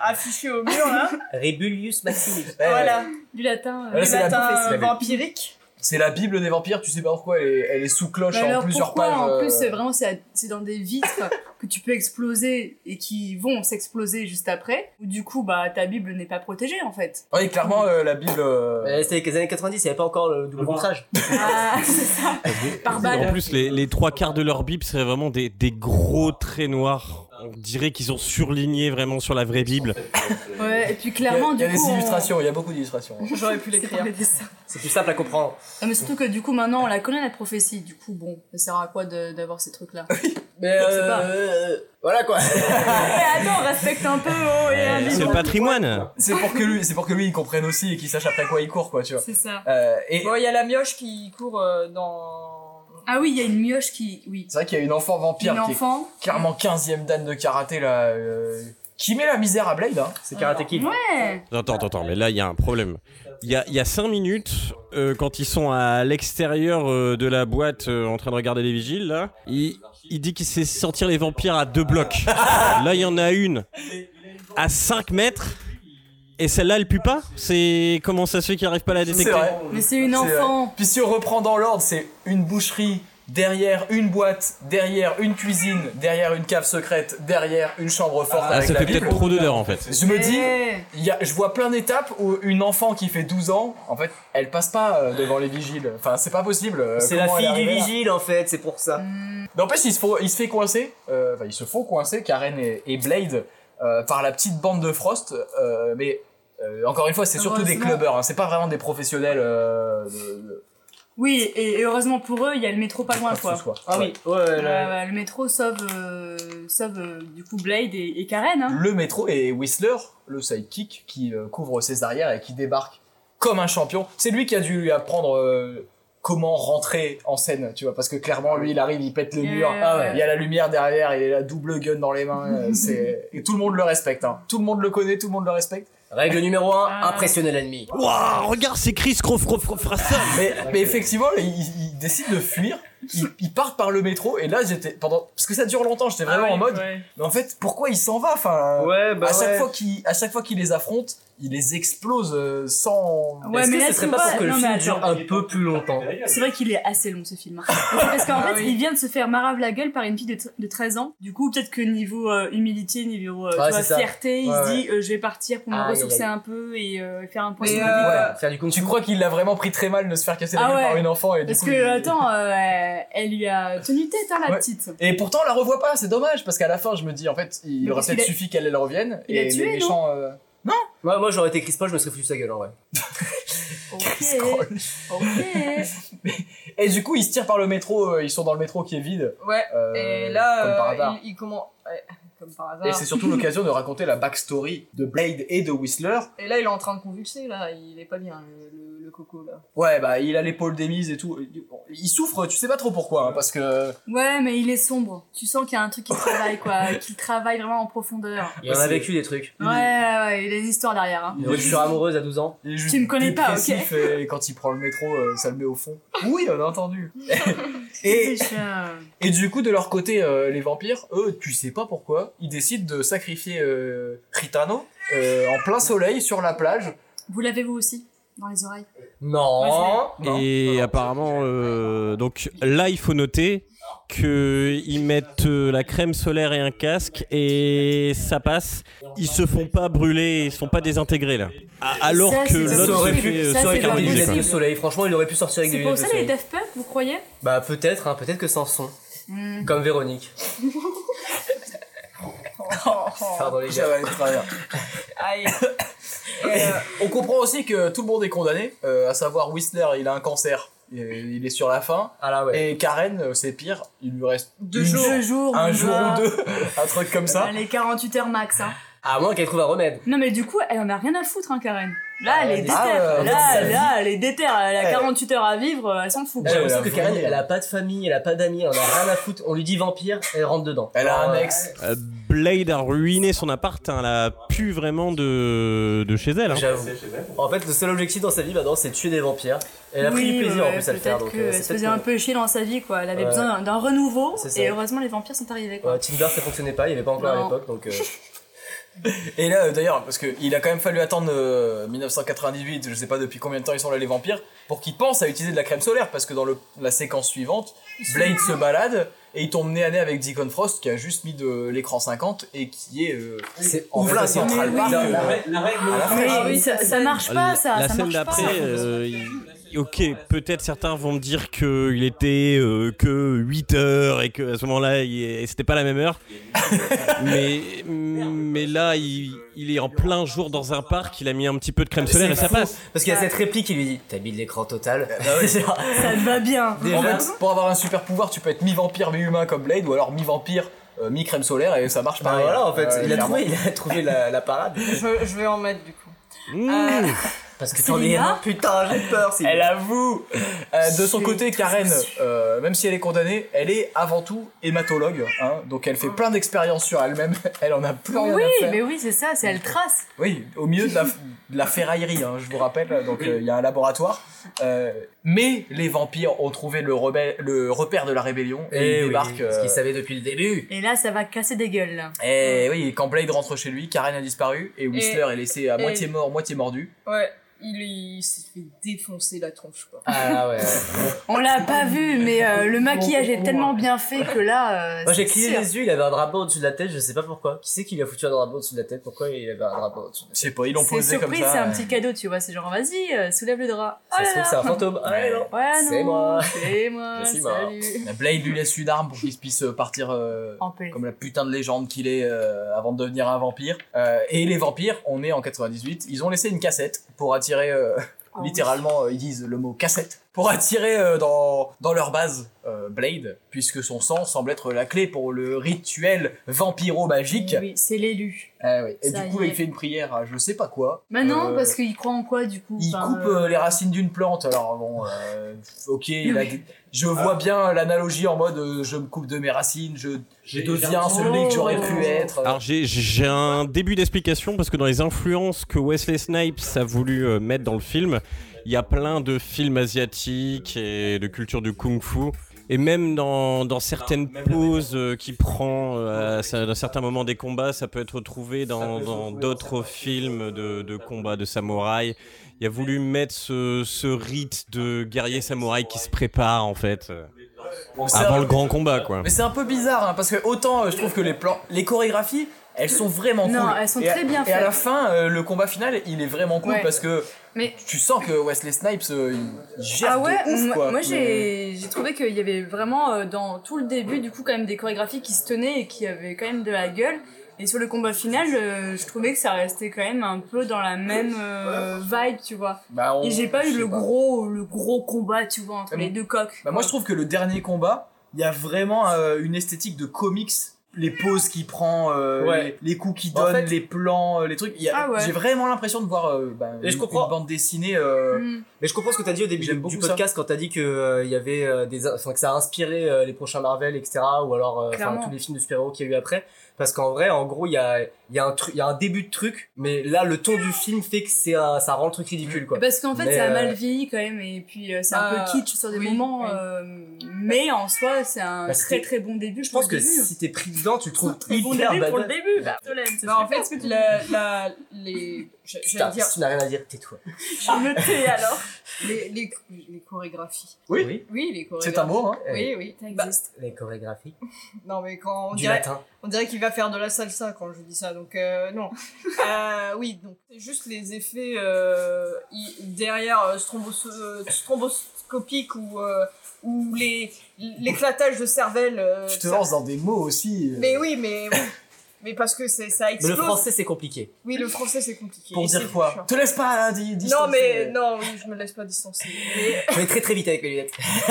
F: affichés au mur, là.
G: Rébulius Maximus.
F: voilà.
H: Du latin. euh,
E: Eh, Ouais,
F: Les
E: c'est la
F: matins
E: prophétie.
F: vampiriques.
E: C'est la Bible des vampires, tu sais pas pourquoi, elle est, elle est sous cloche
H: Bah
E: en
H: alors
E: hein, plusieurs
H: pourquoi
E: pages.
H: en
E: euh,
H: plus c'est vraiment c'est à- c'est dans des vitres que tu peux exploser et qui vont s'exploser juste après ou du coup bah ta bible n'est pas protégée en
E: <laughs>
H: fait
E: Oui, clairement, euh, la Bible. euh,
G: Euh, C'était les années 90, il n'y avait pas encore le double vitrage.
H: ah, c'est ça par
I: En
H: balle
I: plus les, les trois quarts de leur bip seraient vraiment des, des gros traits noirs on dirait qu'ils ont surligné vraiment sur la vraie Bible.
H: Ouais, et puis
E: Il y a,
H: clairement,
E: il y a
H: du
E: des
H: coup. euh, on-
E: illustrations, il y a beaucoup d'illustrations.
H: J'aurais pu l'écrire.
G: C'est plus simple à comprendre.
H: Non, mais surtout que du coup, maintenant, on la connaît la prophétie. Du coup, bon, ça sert à quoi de- d'avoir ces trucs-là
E: Mais
H: Je sais pas.
E: euh, voilà quoi. <laughs>
C: Eh, attends, respecte un peu, oh, et
E: Eh,
C: un
I: C'est
C: livre.
I: le patrimoine.
E: c'est pour que lui, c'est pour que lui il comprenne aussi et qu'il sache après quoi il court quoi, tu vois.
H: C'est ça.
E: Euh, et
F: Bon, il y a la mioche qui court euh, dans.
H: Ah oui, il y a une mioche qui. Oui.
E: c'est vrai qu'il y a une enfant vampire
H: Une
E: qui est
H: enfant.
E: clairement 15ème dan de karaté là, euh, qui met la misère à Blade. Hein.
G: C'est Karate Kid.
H: Ouais
I: Attends, attends, attends, mais là, il y a un problème. Il y a, il y a cinq minutes, euh, quand ils sont à l'extérieur euh, de la boîte euh, en train de regarder les vigiles, là, il, il dit qu'il sait sortir les vampires à deux blocs. Là, il y en a une à 5 mètres, et celle-là, elle pue pas C'est comment ça se fait qu'il arrive pas à la
E: C'est
I: détecter
E: vrai.
H: Mais c'est une
E: C'est euh, vrai.
H: enfant
E: Puis si on reprend dans l'ordre, c'est une boucherie, derrière une boîte, derrière une cuisine, derrière une cave secrète, derrière une chambre forte
I: Ah,
E: avec
I: ça
E: la
I: fait
E: Bible.
I: peut-être trop d'odeur en fait.
E: Je me dis,
C: Eh.
H: Ouais.
E: il y a- je vois plein d'étapes où une enfant qui fait 12 ans, en fait, elle passe pas euh, devant les vigiles. Enfin, c'est pas possible. euh,
G: C'est la
E: comment elle est
G: fille du
E: arrivée là.
G: vigile en fait, c'est pour ça.
C: Mm.
E: N'empêche, il se, faut- il se fait coincer, euh, enfin, ils se font coincer, Karen et, et Blade, euh, par la petite bande de Frost, euh, mais euh, encore une fois, c'est surtout des
H: Heureusement.
E: clubbers, hein, c'est pas vraiment des professionnels euh, de- de-
C: Oui, et et heureusement pour eux, il y a le métro pas loin,
E: quoi que
C: quoi.
E: ce soit.
G: Ah oui, ouais, ouais,
C: Ouais,
G: là-
C: ouais, le métro sauve, euh, sauve euh, du coup Blade et, et Karen. Hein.
E: Le métro et Whistler, le sidekick, qui euh, couvre ses arrières et qui débarque comme un champion. C'est lui qui a dû lui apprendre euh, comment rentrer en scène, tu vois, parce que clairement, lui, il arrive, il pète le
H: Yeah.
E: mur,
H: Ah ouais.
E: il y a la lumière derrière, il est là, double gun dans les mains, euh, c'est... et tout le monde le respecte, hein. tout le monde le connaît, tout le monde le respecte.
G: Règle numéro 1,
H: Ah.
G: impressionner l'ennemi.
I: Waouh, regarde, c'est Chris Croft, Croft, Croft, Frasson.
E: Mais, mais effectivement, ils ils décident de fuir. Ils, ils partent par le métro et là j'étais pendant parce que ça dure longtemps j'étais vraiment
C: Ah oui,
E: en mode
C: ouais.
E: mais en fait pourquoi il s'en va enfin
G: Ouais, bah
E: à chaque
G: ouais.
E: fois qu'il à chaque fois qu'il les affronte il les explose euh, sans
C: Ouais,
G: Est-ce
C: mais
G: que
C: là,
G: ce serait
C: tu
G: pas
C: vois-
G: pour que le
C: non,
G: film
C: mais
G: dure
C: attends.
G: un peu plus longtemps
C: C'est vrai qu'il est assez long ce film. hein. Parce qu'en
H: Ah
C: fait,
H: oui.
C: il vient de se faire marave la gueule par une fille de, t- de 13 ans. Du coup, peut-être que niveau euh, humilité, niveau euh, tu
G: Ouais,
C: vois,
G: c'est ça.
C: fierté, il
E: Ouais, Ah,
C: se dit euh, je vais partir pour me
G: Aïe, aïe,
C: ressourcer
G: aïe.
C: un peu et euh, faire un point
H: Mais,
C: sur
H: euh,
C: ma vie.
E: Ouais.
G: Faire du kung
E: tu
G: fu.
E: crois qu'il l'a vraiment pris très mal de se faire casser la
C: Ah
E: gueule par
C: ouais.
E: une enfant et du
C: Parce
E: coup,
C: que,
E: il-
C: attends, euh, elle- elle lui a tenu tête, hein, la
E: Ouais. <laughs>
C: petite.
E: et pourtant on la revoit pas c'est dommage parce qu'à la fin je me dis en fait il
C: Mais
E: aurait
C: parce qu'il
E: peut-être
C: a-
E: suffi qu'elle elle revienne
C: Il
E: et
C: a tué,
E: les
C: non
E: méchants euh,
G: Ouais, moi j'aurais été Chris Paul, je me serais foutu sa gueule en vrai.
C: Ok.
E: scrollent.
C: Ok.
E: et du coup ils se tirent par le métro euh, ils sont dans le métro qui est vide
F: Ouais.
E: euh,
F: Et là,
E: comme par
F: euh,
E: hasard
F: il, il comment ouais, Comme par
E: Et
F: hasard.
E: c'est surtout l'occasion de raconter la backstory de Blade et de Whistler.
F: Et, là, il est en train de convulser, là. Il est pas bien, le, le- le coco, là.
E: Ouais, bah il a l'épaule démise et tout. Il souffre, tu sais pas trop pourquoi, hein, parce que
C: Ouais, mais il est sombre. Tu sens qu'il y a un truc qui travaille, quoi. <laughs> Qui travaille vraiment en profondeur.
G: Il en a vécu des trucs.
C: Ouais, ouais, ouais, il y a des histoires derrière. hein.
G: Une rupture amoureuse à 12 ans.
E: il est juste
C: Tu me connais pas,
E: dépressif et quand il prend le métro, euh, ça le met au fond. Oui, on
C: <laughs>
E: a entendu.
C: Et...
E: et,
C: euh,
E: et du coup, de leur côté, euh, les vampires, eux, tu sais pas pourquoi, ils décident de sacrifier euh, Ritano euh, en plein soleil sur la plage.
C: Vous l'avez vous aussi dans les oreilles
G: Non.
I: Et apparemment, euh, donc là, il faut noter qu'ils mettent euh, la crème solaire et un casque et ça passe. Ils se font pas brûler, ils se font pas désintégrer là. A- Alors
C: Ça,
I: que
C: c'est
G: Ça,
I: l'autre
G: ça aurait
I: se
G: pu,
I: fait, euh,
C: Ça,
G: ça aurait
C: pas
G: pu avec des
I: se fait carboniser,
C: possible.
G: lunettes
I: quoi.
G: de soleil. Franchement, il aurait pu sortir avec des
C: C'est
G: lunettes
C: pour
G: de
C: ça les
G: soleil.
C: Daft Punk, vous croyez
G: Bah peut-être, hein, peut-être que sans son.
C: Mm. <laughs>
G: Comme Véronique. Pardon les
E: Ça
G: gars.
E: va aller de travers.
F: Aïe. Et, euh,
E: On comprend aussi que tout le monde est condamné, euh, à savoir Whistler, il a un cancer, et il est sur la fin.
G: Ah là ouais.
E: Et Karen, euh, c'est pire, il lui reste
C: Deux
E: une-
C: jours. Deux jours.
E: un
C: on
E: jour
C: va.
E: ou deux, <laughs> un truc comme ça.
C: Allez, 48 heures max. Hein.
G: À moins qu'elle trouve un remède.
C: Non, mais du coup, elle en a rien à foutre, hein, Karen. Là, elle est déterre.
E: Ah, ouais,
C: là,
E: ouais, ouais.
C: là, elle est déterre. Elle a
E: Ouais.
C: 48 heures à vivre, euh, elle s'en fout.
G: J'ai
E: Ouais,
G: l'impression
E: elle a hein.
G: que Karen,
E: voulu.
G: elle a pas de famille, elle a pas d'amis, elle en a rien à foutre. On lui dit vampire, elle rentre dedans.
E: Elle a un
G: Ouais.
E: ex.
I: Euh, Blade a ruiné son appart, hein, elle a pu vraiment de, de chez elle. hein.
G: J'avoue. En fait, le seul objectif dans sa vie maintenant, c'est de tuer des vampires. Elle a pris
C: Oui,
G: du plaisir
C: ouais,
G: en plus à le faire.
C: Peut-être
G: Donc,
C: qu'elle
G: euh,
C: se
G: c'est
C: faisait un peu chier dans sa vie, quoi. Elle avait
G: Ouais.
C: besoin d'un- d'un renouveau.
G: C'est ça.
C: Et heureusement, les vampires sont arrivés, quoi.
G: Ouais, Tinder ça fonctionnait pas, il y avait pas encore à
C: Non.
G: l'époque <laughs> donc. euh,
E: Et là, euh, d'ailleurs, parce que il a quand même fallu attendre euh, 1998, je sais pas depuis combien de temps ils sont là les vampires, pour qu'ils pensent à utiliser de la crème solaire, parce que dans le, la séquence suivante, Blade se balade et il tombe nez à nez avec Deacon Frost qui a juste mis de l'écran 50 et qui est euh,
G: C'est
E: en plein
G: c'est-
E: Central
G: mais
E: Park.
G: oui.
E: euh,
J: La règle.
H: Ah
E: à la
C: Oui,
E: fraîche.
C: oui, ça, ça marche
I: Ah La-
C: pas, ça.
I: La
C: ça
I: scène
C: marche pas.
I: d'après, euh, ils, ok, peut-être certains vont me dire qu'il était euh, que 8 heures et que à ce moment-là, il- c'était pas la même heure. mais, mais là, il, il est en plein jour dans un parc, il a mis un petit peu de crème solaire et ça
G: fou,
I: passe.
G: Parce qu'il y a cette réplique qui lui dit T'as mis l'écran total. <laughs> C'est genre,
C: Ça te va bien.
G: déjà, Bah
E: En fait, pour avoir un super pouvoir, tu peux être mi-vampire, mi-humain comme Blade, ou alors mi-vampire, euh, mi-crème solaire, et ça marche
G: bah
E: pareil.
G: voilà, en fait,
E: Euh,
G: il, a
E: clairement.
G: trouvé, il a trouvé la, la parade.
H: Je, je vais en mettre du coup.
I: Mmh.
H: Euh,
G: Parce que t'en es
C: Célina
G: un putain, j'ai peur. c'est-
E: Elle avoue Euh, De son côté, Karen, euh, même si elle est condamnée, elle est avant tout hématologue, hein, donc elle fait plein d'expériences sur elle-même, <laughs> elle en a plus rien
H: oui,
E: à faire.
H: mais oui, c'est ça, c'est elle trace.
E: Oui, au milieu de la, de la ferraillerie, hein, je vous rappelle, donc euh, il y a un laboratoire. Euh, mais les vampires ont trouvé le, rebelle- le repère de la rébellion et,
G: Eh
E: ils
G: oui,
E: débarquent...
G: Ce
E: euh,
G: qu'il savait depuis le début.
H: Et là, ça va casser des gueules. là.
E: Et oui, quand Blade rentre chez lui, Karen a disparu et Whistler est laissé à
H: et-
E: moitié mort, moitié mordu.
H: Ouais, il, il s'est fait défoncer la tronche. Quoi.
G: Ah <laughs> ouais.
H: On l'a pas vu, mais euh, le maquillage est tellement bien fait que là. euh,
G: Moi j'ai
H: c'est
G: cligné
H: sûr.
G: les yeux, il avait un drapeau au-dessus de la tête, je sais pas pourquoi. Qui c'est qui lui a foutu un drapeau au-dessus de la tête Pourquoi il avait un drapeau au-dessus de la
E: Je sais pas, ils l'ont
H: C'est
E: posé comme
H: surprise,
E: ça.
H: c'est un petit cadeau, tu vois. C'est genre, vas-y, euh, soulève le drap. Oh
G: tête Ça se
H: là
G: trouve,
H: là.
G: c'est un fantôme. Ah <laughs> ouais, non.
H: Ouais, non.
G: C'est moi.
H: C'est moi.
G: <laughs> Je suis mort.
H: salut.
E: Blade lui laisse une arme pour qu'il puisse partir euh,
H: En paix.
E: comme la putain de légende qu'il est euh, avant de devenir un vampire. Euh, et les vampires, on est en 98, ils ont laissé une cassette pour attirer, euh,
H: Ah oui.
E: littéralement euh, ils disent le mot cassette, pour attirer euh, dans, dans leur base euh, Blade, puisque son sang semble être la clé pour le rituel vampiro-magique.
H: Eh Oui, oui, c'est l'élu.
E: Ah oui. Et
H: Ça
E: du
H: y
E: coup il
H: est.
E: fait une prière à je sais pas quoi.
H: Maintenant,
E: Euh,
H: parce qu'il croit en quoi du coup
E: il
H: Enfin,
E: coupe
H: euh,
E: euh, les racines d'une plante, alors bon, euh, ok, il a des- je vois
J: Ah.
E: bien l'analogie en mode euh, je me coupe de mes racines, je, je
J: J'ai-
E: deviens
J: j'ai-
E: celui que j'aurais
H: Oh.
J: euh,
E: pu être.
J: ah.
I: Alors j'ai- j'ai un début d'explication parce que dans les influences que Wesley Snipes a voulu euh, mettre dans le film, il y a plein de films asiatiques et de culture du kung-fu. Et même dans, dans certaines poses euh, qu'il prend euh, à sa- à certains moments des combats, ça peut être retrouvé dans dans d'autres films de, de combats de samouraï. Il a voulu mettre ce, ce rite de guerrier samouraï qui se prépare en fait euh,
E: Donc, c'est
I: avant
E: un-
I: le grand combat quoi.
E: Mais c'est un peu bizarre, hein, parce que autant euh, je trouve que les plans, les chorégraphies, elles sont vraiment
H: Non,
E: cool.
H: elles sont
E: Et à-
H: très bien
E: Et à
H: faites.
E: la fin, euh, le combat final, il est vraiment cool
H: Ouais.
E: parce que
H: Mais-
E: tu sens que Wesley Snipes, euh, il il gère
H: Ah ouais,
E: de ouf,
H: moi,
E: quoi.
H: moi,
E: Mais-
H: j'ai j'ai trouvé qu'il y avait vraiment euh, dans tout le début du coup quand même des chorégraphies qui se tenaient et qui avaient quand même de la gueule. Et sur le combat final, euh, je trouvais que ça restait quand même un peu dans la même euh, vibe, tu vois.
E: Bah, on-
H: Et j'ai pas eu
E: je
H: le
E: sais
H: gros le gros combat, tu vois, entre
E: Ah bon
H: les deux coques.
E: Bah moi je trouve que le dernier combat, il y a vraiment euh, une esthétique de comics. Les poses qu'il prend, euh,
G: Ouais. Bah,
E: les, les coups qu'il
G: En
E: donne,
G: fait-
E: les plans, euh, les trucs. il y a-
H: Ah ouais.
E: J'ai vraiment l'impression de voir euh, bah,
G: Et je
E: une,
G: comprends.
E: une bande dessinée. euh,
H: Mm.
G: Mais je comprends ce que t'as dit au début
E: J'aime
G: du, du
E: beaucoup ça.
G: podcast quand t'as dit que euh, il y avait euh, des, enfin que ça a inspiré euh, les prochains Marvel, etc. Ou alors euh, enfin,
H: Clairement.
G: tous les films de super-héros qu'il y a eu après. Parce qu'en vrai, en gros, il y a, il y a un truc, il y a un début de truc, mais là, le ton du film fait que c'est un- ça rend le truc ridicule, quoi.
H: Parce qu'en fait,
G: Mais,
H: ça a
G: euh,
H: mal vieilli quand même, et puis euh, c'est un Ah, peu kitsch sur des oui, moments, oui. euh, mais en soi, c'est un
G: Bah,
H: très
G: c'était-
H: très bon début.
G: Je pense
H: pour
G: que
H: le début.
G: si t'es pris dedans, tu le trouves
H: Très bon
G: hyper
H: début pour le
G: banal.
H: début. Bah, Bah, en fait,
F: parce que la, la, les. je- je vais
G: Putain,
F: dire-
G: si tu n'as rien à dire, tais-toi.
H: je me <laughs> tais alors.
F: les, les, les chorégraphies.
E: Oui.
F: Oui, les chorégraphies.
E: C'est un mot, hein.
F: Oui, oui.
H: Ça
F: Bah,
H: existe.
G: Les chorégraphies
F: non, mais quand on
G: du
F: dirait,
G: matin.
F: on dirait qu'il va faire de la salsa quand je dis ça, donc euh,
H: <laughs>
F: non. Euh, oui, donc c'est juste les effets euh, i- derrière euh, strombos- euh, stromboscopiques ou, euh, ou les- l'éclatage de cervelle. euh,
E: Tu te
F: ça-
E: lances dans des mots aussi. euh,
F: Mais oui, mais oui. Mais parce que c'est- ça
G: Mais
F: explose.
G: le français, c'est compliqué.
F: Oui, le français, c'est compliqué.
E: Pour
F: Et
E: dire
F: c'est
E: quoi
F: chiant.
E: Te laisse pas hein, dis,
F: Non,
E: distancer.
F: mais non, oui, je me laisse pas distancer. Mais
G: Je vais très très vite avec mes lunettes. <laughs>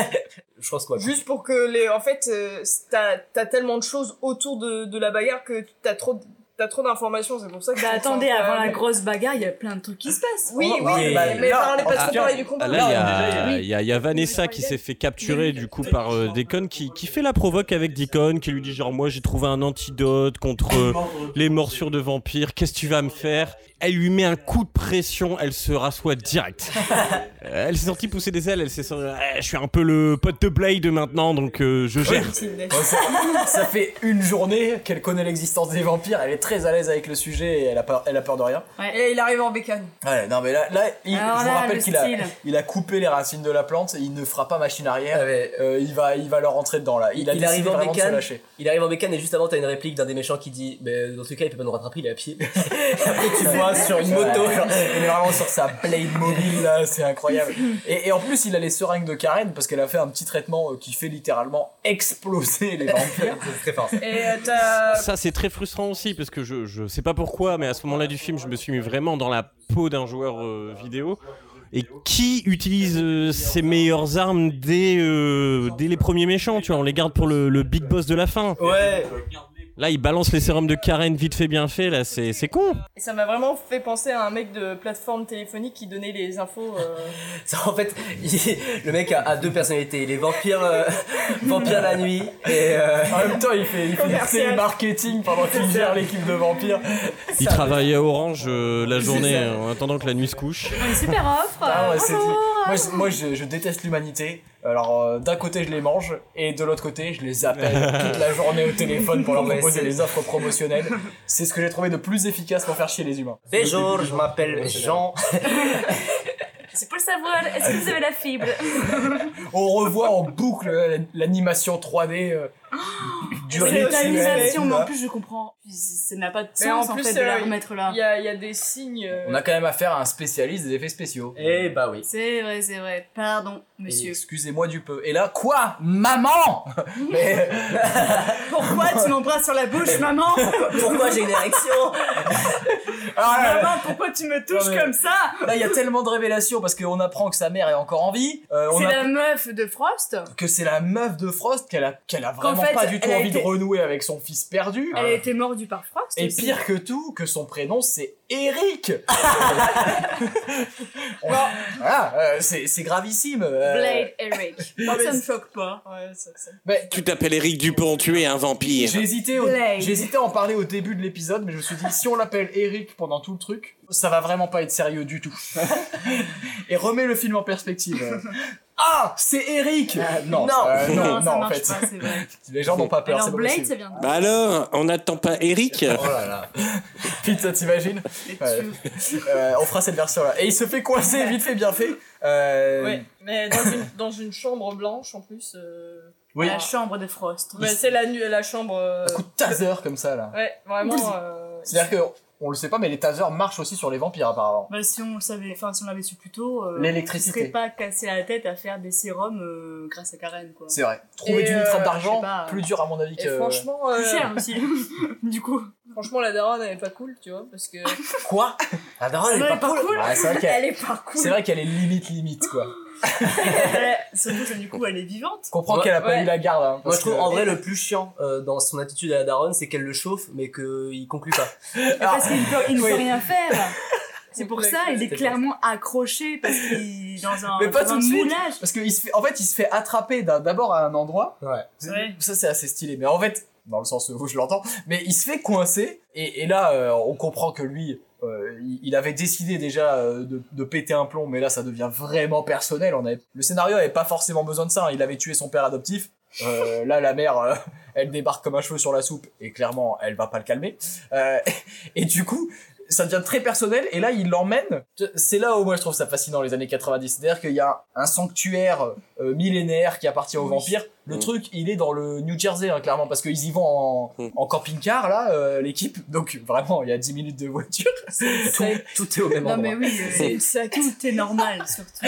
G: je pense quoi.
F: juste pour que les. En fait, euh, t'as as tellement de choses autour de, de la bagarre que t'as trop, t'as trop d'informations, c'est pour ça que.
H: Bah
F: je trouve
H: attendez,
F: ça-
H: avant la grosse bagarre, il y a plein de trucs qui se passent.
F: Oui, oui,
E: Oui, bah,
F: mais
E: là,
F: parlez pas trop
E: en tout
F: parler
E: cas,
F: du combat.
I: Ah, là, il y
F: Oui.
I: a- il y, a- il y a Vanessa qui s'est fait capturer du coup par euh, Deacon qui, qui fait la provoque avec Deacon, qui lui dit genre moi j'ai trouvé un antidote contre euh, les morsures de vampires, qu'est-ce que tu vas me faire Elle lui met un coup de pression, elle se
F: <laughs>
I: rassoit direct. Euh, elle s'est sentie pousser des ailes, elle s'est sentie Eh, je suis un peu le pote de Blade maintenant donc euh, je gère.
E: Ouais, ça, ça fait une journée qu'elle connaît l'existence des vampires, elle est très à l'aise avec le sujet et elle a peur, elle a peur de rien.
F: Et il arrive en bécane.
E: Ouais, non mais là, là il-
H: Alors
E: je vous
H: là,
E: rappelle
H: le
E: qu'il a,
H: style.
E: il a coupé les racines de la plante, il ne fera pas machine arrière, Euh, il, va, il va leur rentrer dedans là. Il a
G: Ah, Il
E: décidé
G: arrive en
E: vraiment de se
G: bécane.
E: lâcher.
G: Il arrive en bécane et juste avant, t'as une réplique d'un des méchants qui dit bah, Dans ce cas, il peut pas nous rattraper, il est à pied. <laughs> Après, tu vois sur une moto.
E: genre, il est vraiment sur sa blade mobile là, c'est incroyable. Et, et en plus, il a les seringues de Karen parce qu'elle a fait un petit traitement euh, qui fait littéralement exploser les
G: <laughs>
E: vampires.
G: C'est très fort. ça.
F: Et euh, t'as.
I: Ça, c'est très frustrant aussi, parce que je, je sais pas pourquoi, mais à ce moment-là du film, je me suis mis vraiment dans la peau d'un joueur euh, vidéo. Et qui utilise euh, ses meilleures armes dès, euh, dès les premiers méchants, tu vois On les garde pour le, le big boss de la fin.
G: Ouais,
I: Là, il balance les sérums de Karen vite fait, bien fait, là, c'est c'est con.
F: Et ça m'a vraiment fait penser à un mec de plateforme téléphonique qui donnait les infos. euh,
G: Ça, <laughs> en fait, il- le mec a, a deux personnalités. Il est vampire, euh, <laughs> vampire la nuit et euh,
E: En même temps, il fait, il fait du
F: Commercial.
E: télémarketing pendant qu'il gère l'équipe de vampires.
I: Il travaille à Orange euh, la journée
E: ça.
I: euh, en attendant que la nuit se couche.
H: Une super offre.
E: Ah ouais,
H: euh,
E: c'est dit.
H: bonjour.
E: Moi, je, moi, je- je déteste l'humanité. Alors, euh, d'un côté, je les mange, et de l'autre côté, je les
G: <laughs>
E: appelle toute la journée au téléphone pour leur
G: Ouais,
E: proposer
G: c'est-
E: les offres promotionnelles. C'est ce que j'ai trouvé de plus efficace pour faire chier les humains.
G: Bonjour, je m'appelle Jean.
H: C'est pour le savoir, est-ce que vous avez la fibre
E: On revoit en boucle euh, l'animation 3D
C: <gasps>
E: euh, du
C: C'est
E: rituel
C: une animation,
E: et tout,
C: mais en
E: là.
C: plus je comprends. Puis c- Ça n'a pas de
F: Mais
C: sens
F: en
C: en,
F: plus,
C: fait de la
F: euh,
C: remettre là.
F: Il y a, il y a des signes. euh,
E: On a quand même affaire à un spécialiste des effets spéciaux.
G: Eh bah oui.
C: C'est vrai, c'est vrai. Pardon,
E: Et
C: monsieur.
E: Excusez-moi du peu. Et là, quoi
C: <laughs>
E: Maman Mais
C: Pourquoi tu m'embrasses sur la
H: <laughs>
C: bouche, maman
G: Pourquoi j'ai une <laughs> érection
E: ah là là,
C: Maman, pourquoi tu me touches
E: Non, mais-
C: comme ça
E: là, il y a tellement de révélations parce qu'on apprend que sa mère est encore en vie. Euh, on
H: C'est
E: a-
H: la meuf de Frost.
E: que c'est la meuf de Frost qu'elle a, qu'elle a vraiment
C: fait,
E: pas du tout
C: elle a
E: envie
C: été-
E: de renouer avec son fils perdu.
H: Elle a été mordue par Frost.
E: Et
H: aussi.
E: pire que tout, que son prénom c'est Eric. On- voilà, euh, c'est c'est gravissime. euh,
H: Blade <laughs> Eric.
C: Non, ça ne choque pas.
F: ouais, ça- ça-
E: mais
B: Tu t'appelles Eric Dupont, tu es un vampire.
E: j'ai hésité, au-
H: Blade.
E: j'ai hésité à en parler au début de l'épisode, mais je me suis dit si on l'appelle Eric pendant tout le truc, ça va vraiment pas être sérieux du tout. Et remets le film en perspective. euh. Ah, c'est Eric. non, euh, non, non,
H: ça
E: en
H: marche
E: fait,
H: pas, c'est vrai.
E: les gens n'ont pas peur.
H: Alors
E: c'est pas
H: Blade,
E: possible.
H: ça vient de
B: Bah alors, on n'attend pas Eric
E: Oh là là. Putain, t'imagines Ouais. Euh, On fera cette version-là. Et il se fait coincer, vite fait, bien fait. Euh,
F: Ouais, mais dans une, dans une chambre blanche en plus. euh,
E: Oui.
H: la chambre de Frost. Bah,
F: mais c'est la, nu- la chambre. euh,
E: Ah, Un coup de taser comme ça, là.
F: Ouais, vraiment. euh,
E: C'est-à-dire que on le sait pas, mais les tasers marchent aussi sur les vampires, apparemment.
H: Bah, si on le savait, enfin si on l'avait su plus tôt, euh,
E: L'électricité.
H: on ne serait pas cassé la tête à faire des sérums euh, grâce à Karen quoi.
E: C'est vrai. Trouver
F: Et,
E: du
F: euh,
E: nitrate
H: je
E: d'argent,
H: sais pas.
E: plus dur à mon avis
F: Et
E: que.
F: franchement, euh,
H: Plus cher aussi. <laughs> du coup,
F: franchement, la daronne elle est pas cool, tu vois, parce que
E: Quoi La daronne, elle est pas cool Ouais, c'est vrai qu'elle
H: elle est pas cool.
E: c'est vrai qu'elle est limite, limite, quoi.
H: Surtout que du coup elle est vivante.
E: Je comprends
G: Ouais,
E: qu'elle a pas
F: ouais.
E: eu la garde. hein,
G: Moi
E: parce
G: je trouve
E: que-
G: en vrai le plus chiant euh, dans son attitude à la daronne c'est qu'elle le chauffe mais qu'il conclut pas.
E: Ah.
H: Parce qu'il ne peut, il ne peut rien faire. C'est pour
F: Ouais,
H: ça, il est
G: c'était
H: clairement accroché parce qu'il est dans un,
E: Mais pas
H: dans
E: tout
H: un
E: de suite.
H: moulage.
E: Parce que il se fait, en fait, il se fait attraper d'un- d'abord à un endroit.
G: Ouais.
E: C'est- Ça, c'est assez stylé. Mais en fait, dans le sens où je l'entends, mais il se fait coincer. Et, et là, euh, on comprend que lui, euh, il, il avait décidé déjà euh, de, de péter un plomb. Mais là, ça devient vraiment personnel. On avait, le scénario avait pas forcément besoin de ça. hein. Il avait tué son père adoptif. Euh, là, la mère, euh, elle débarque comme un cheveu sur la soupe. Et clairement, elle va pas le calmer. Euh, <laughs> et du coup, ça devient très personnel et là il l'emmène. C'est là où moi je trouve ça fascinant les années 90. C'est-à-dire qu'il y a un sanctuaire euh, millénaire qui appartient aux vampires. Le
B: Mm.
E: truc, il est dans le New Jersey hein, clairement parce qu'ils y vont en,
B: Mm.
E: en camping-car là, euh, l'équipe. <laughs> Donc vraiment, il y a 10 minutes de voiture. <laughs>
G: Tout, tout est au même
H: Non
G: endroit.
H: mais oui, euh, ça, tout est normal surtout.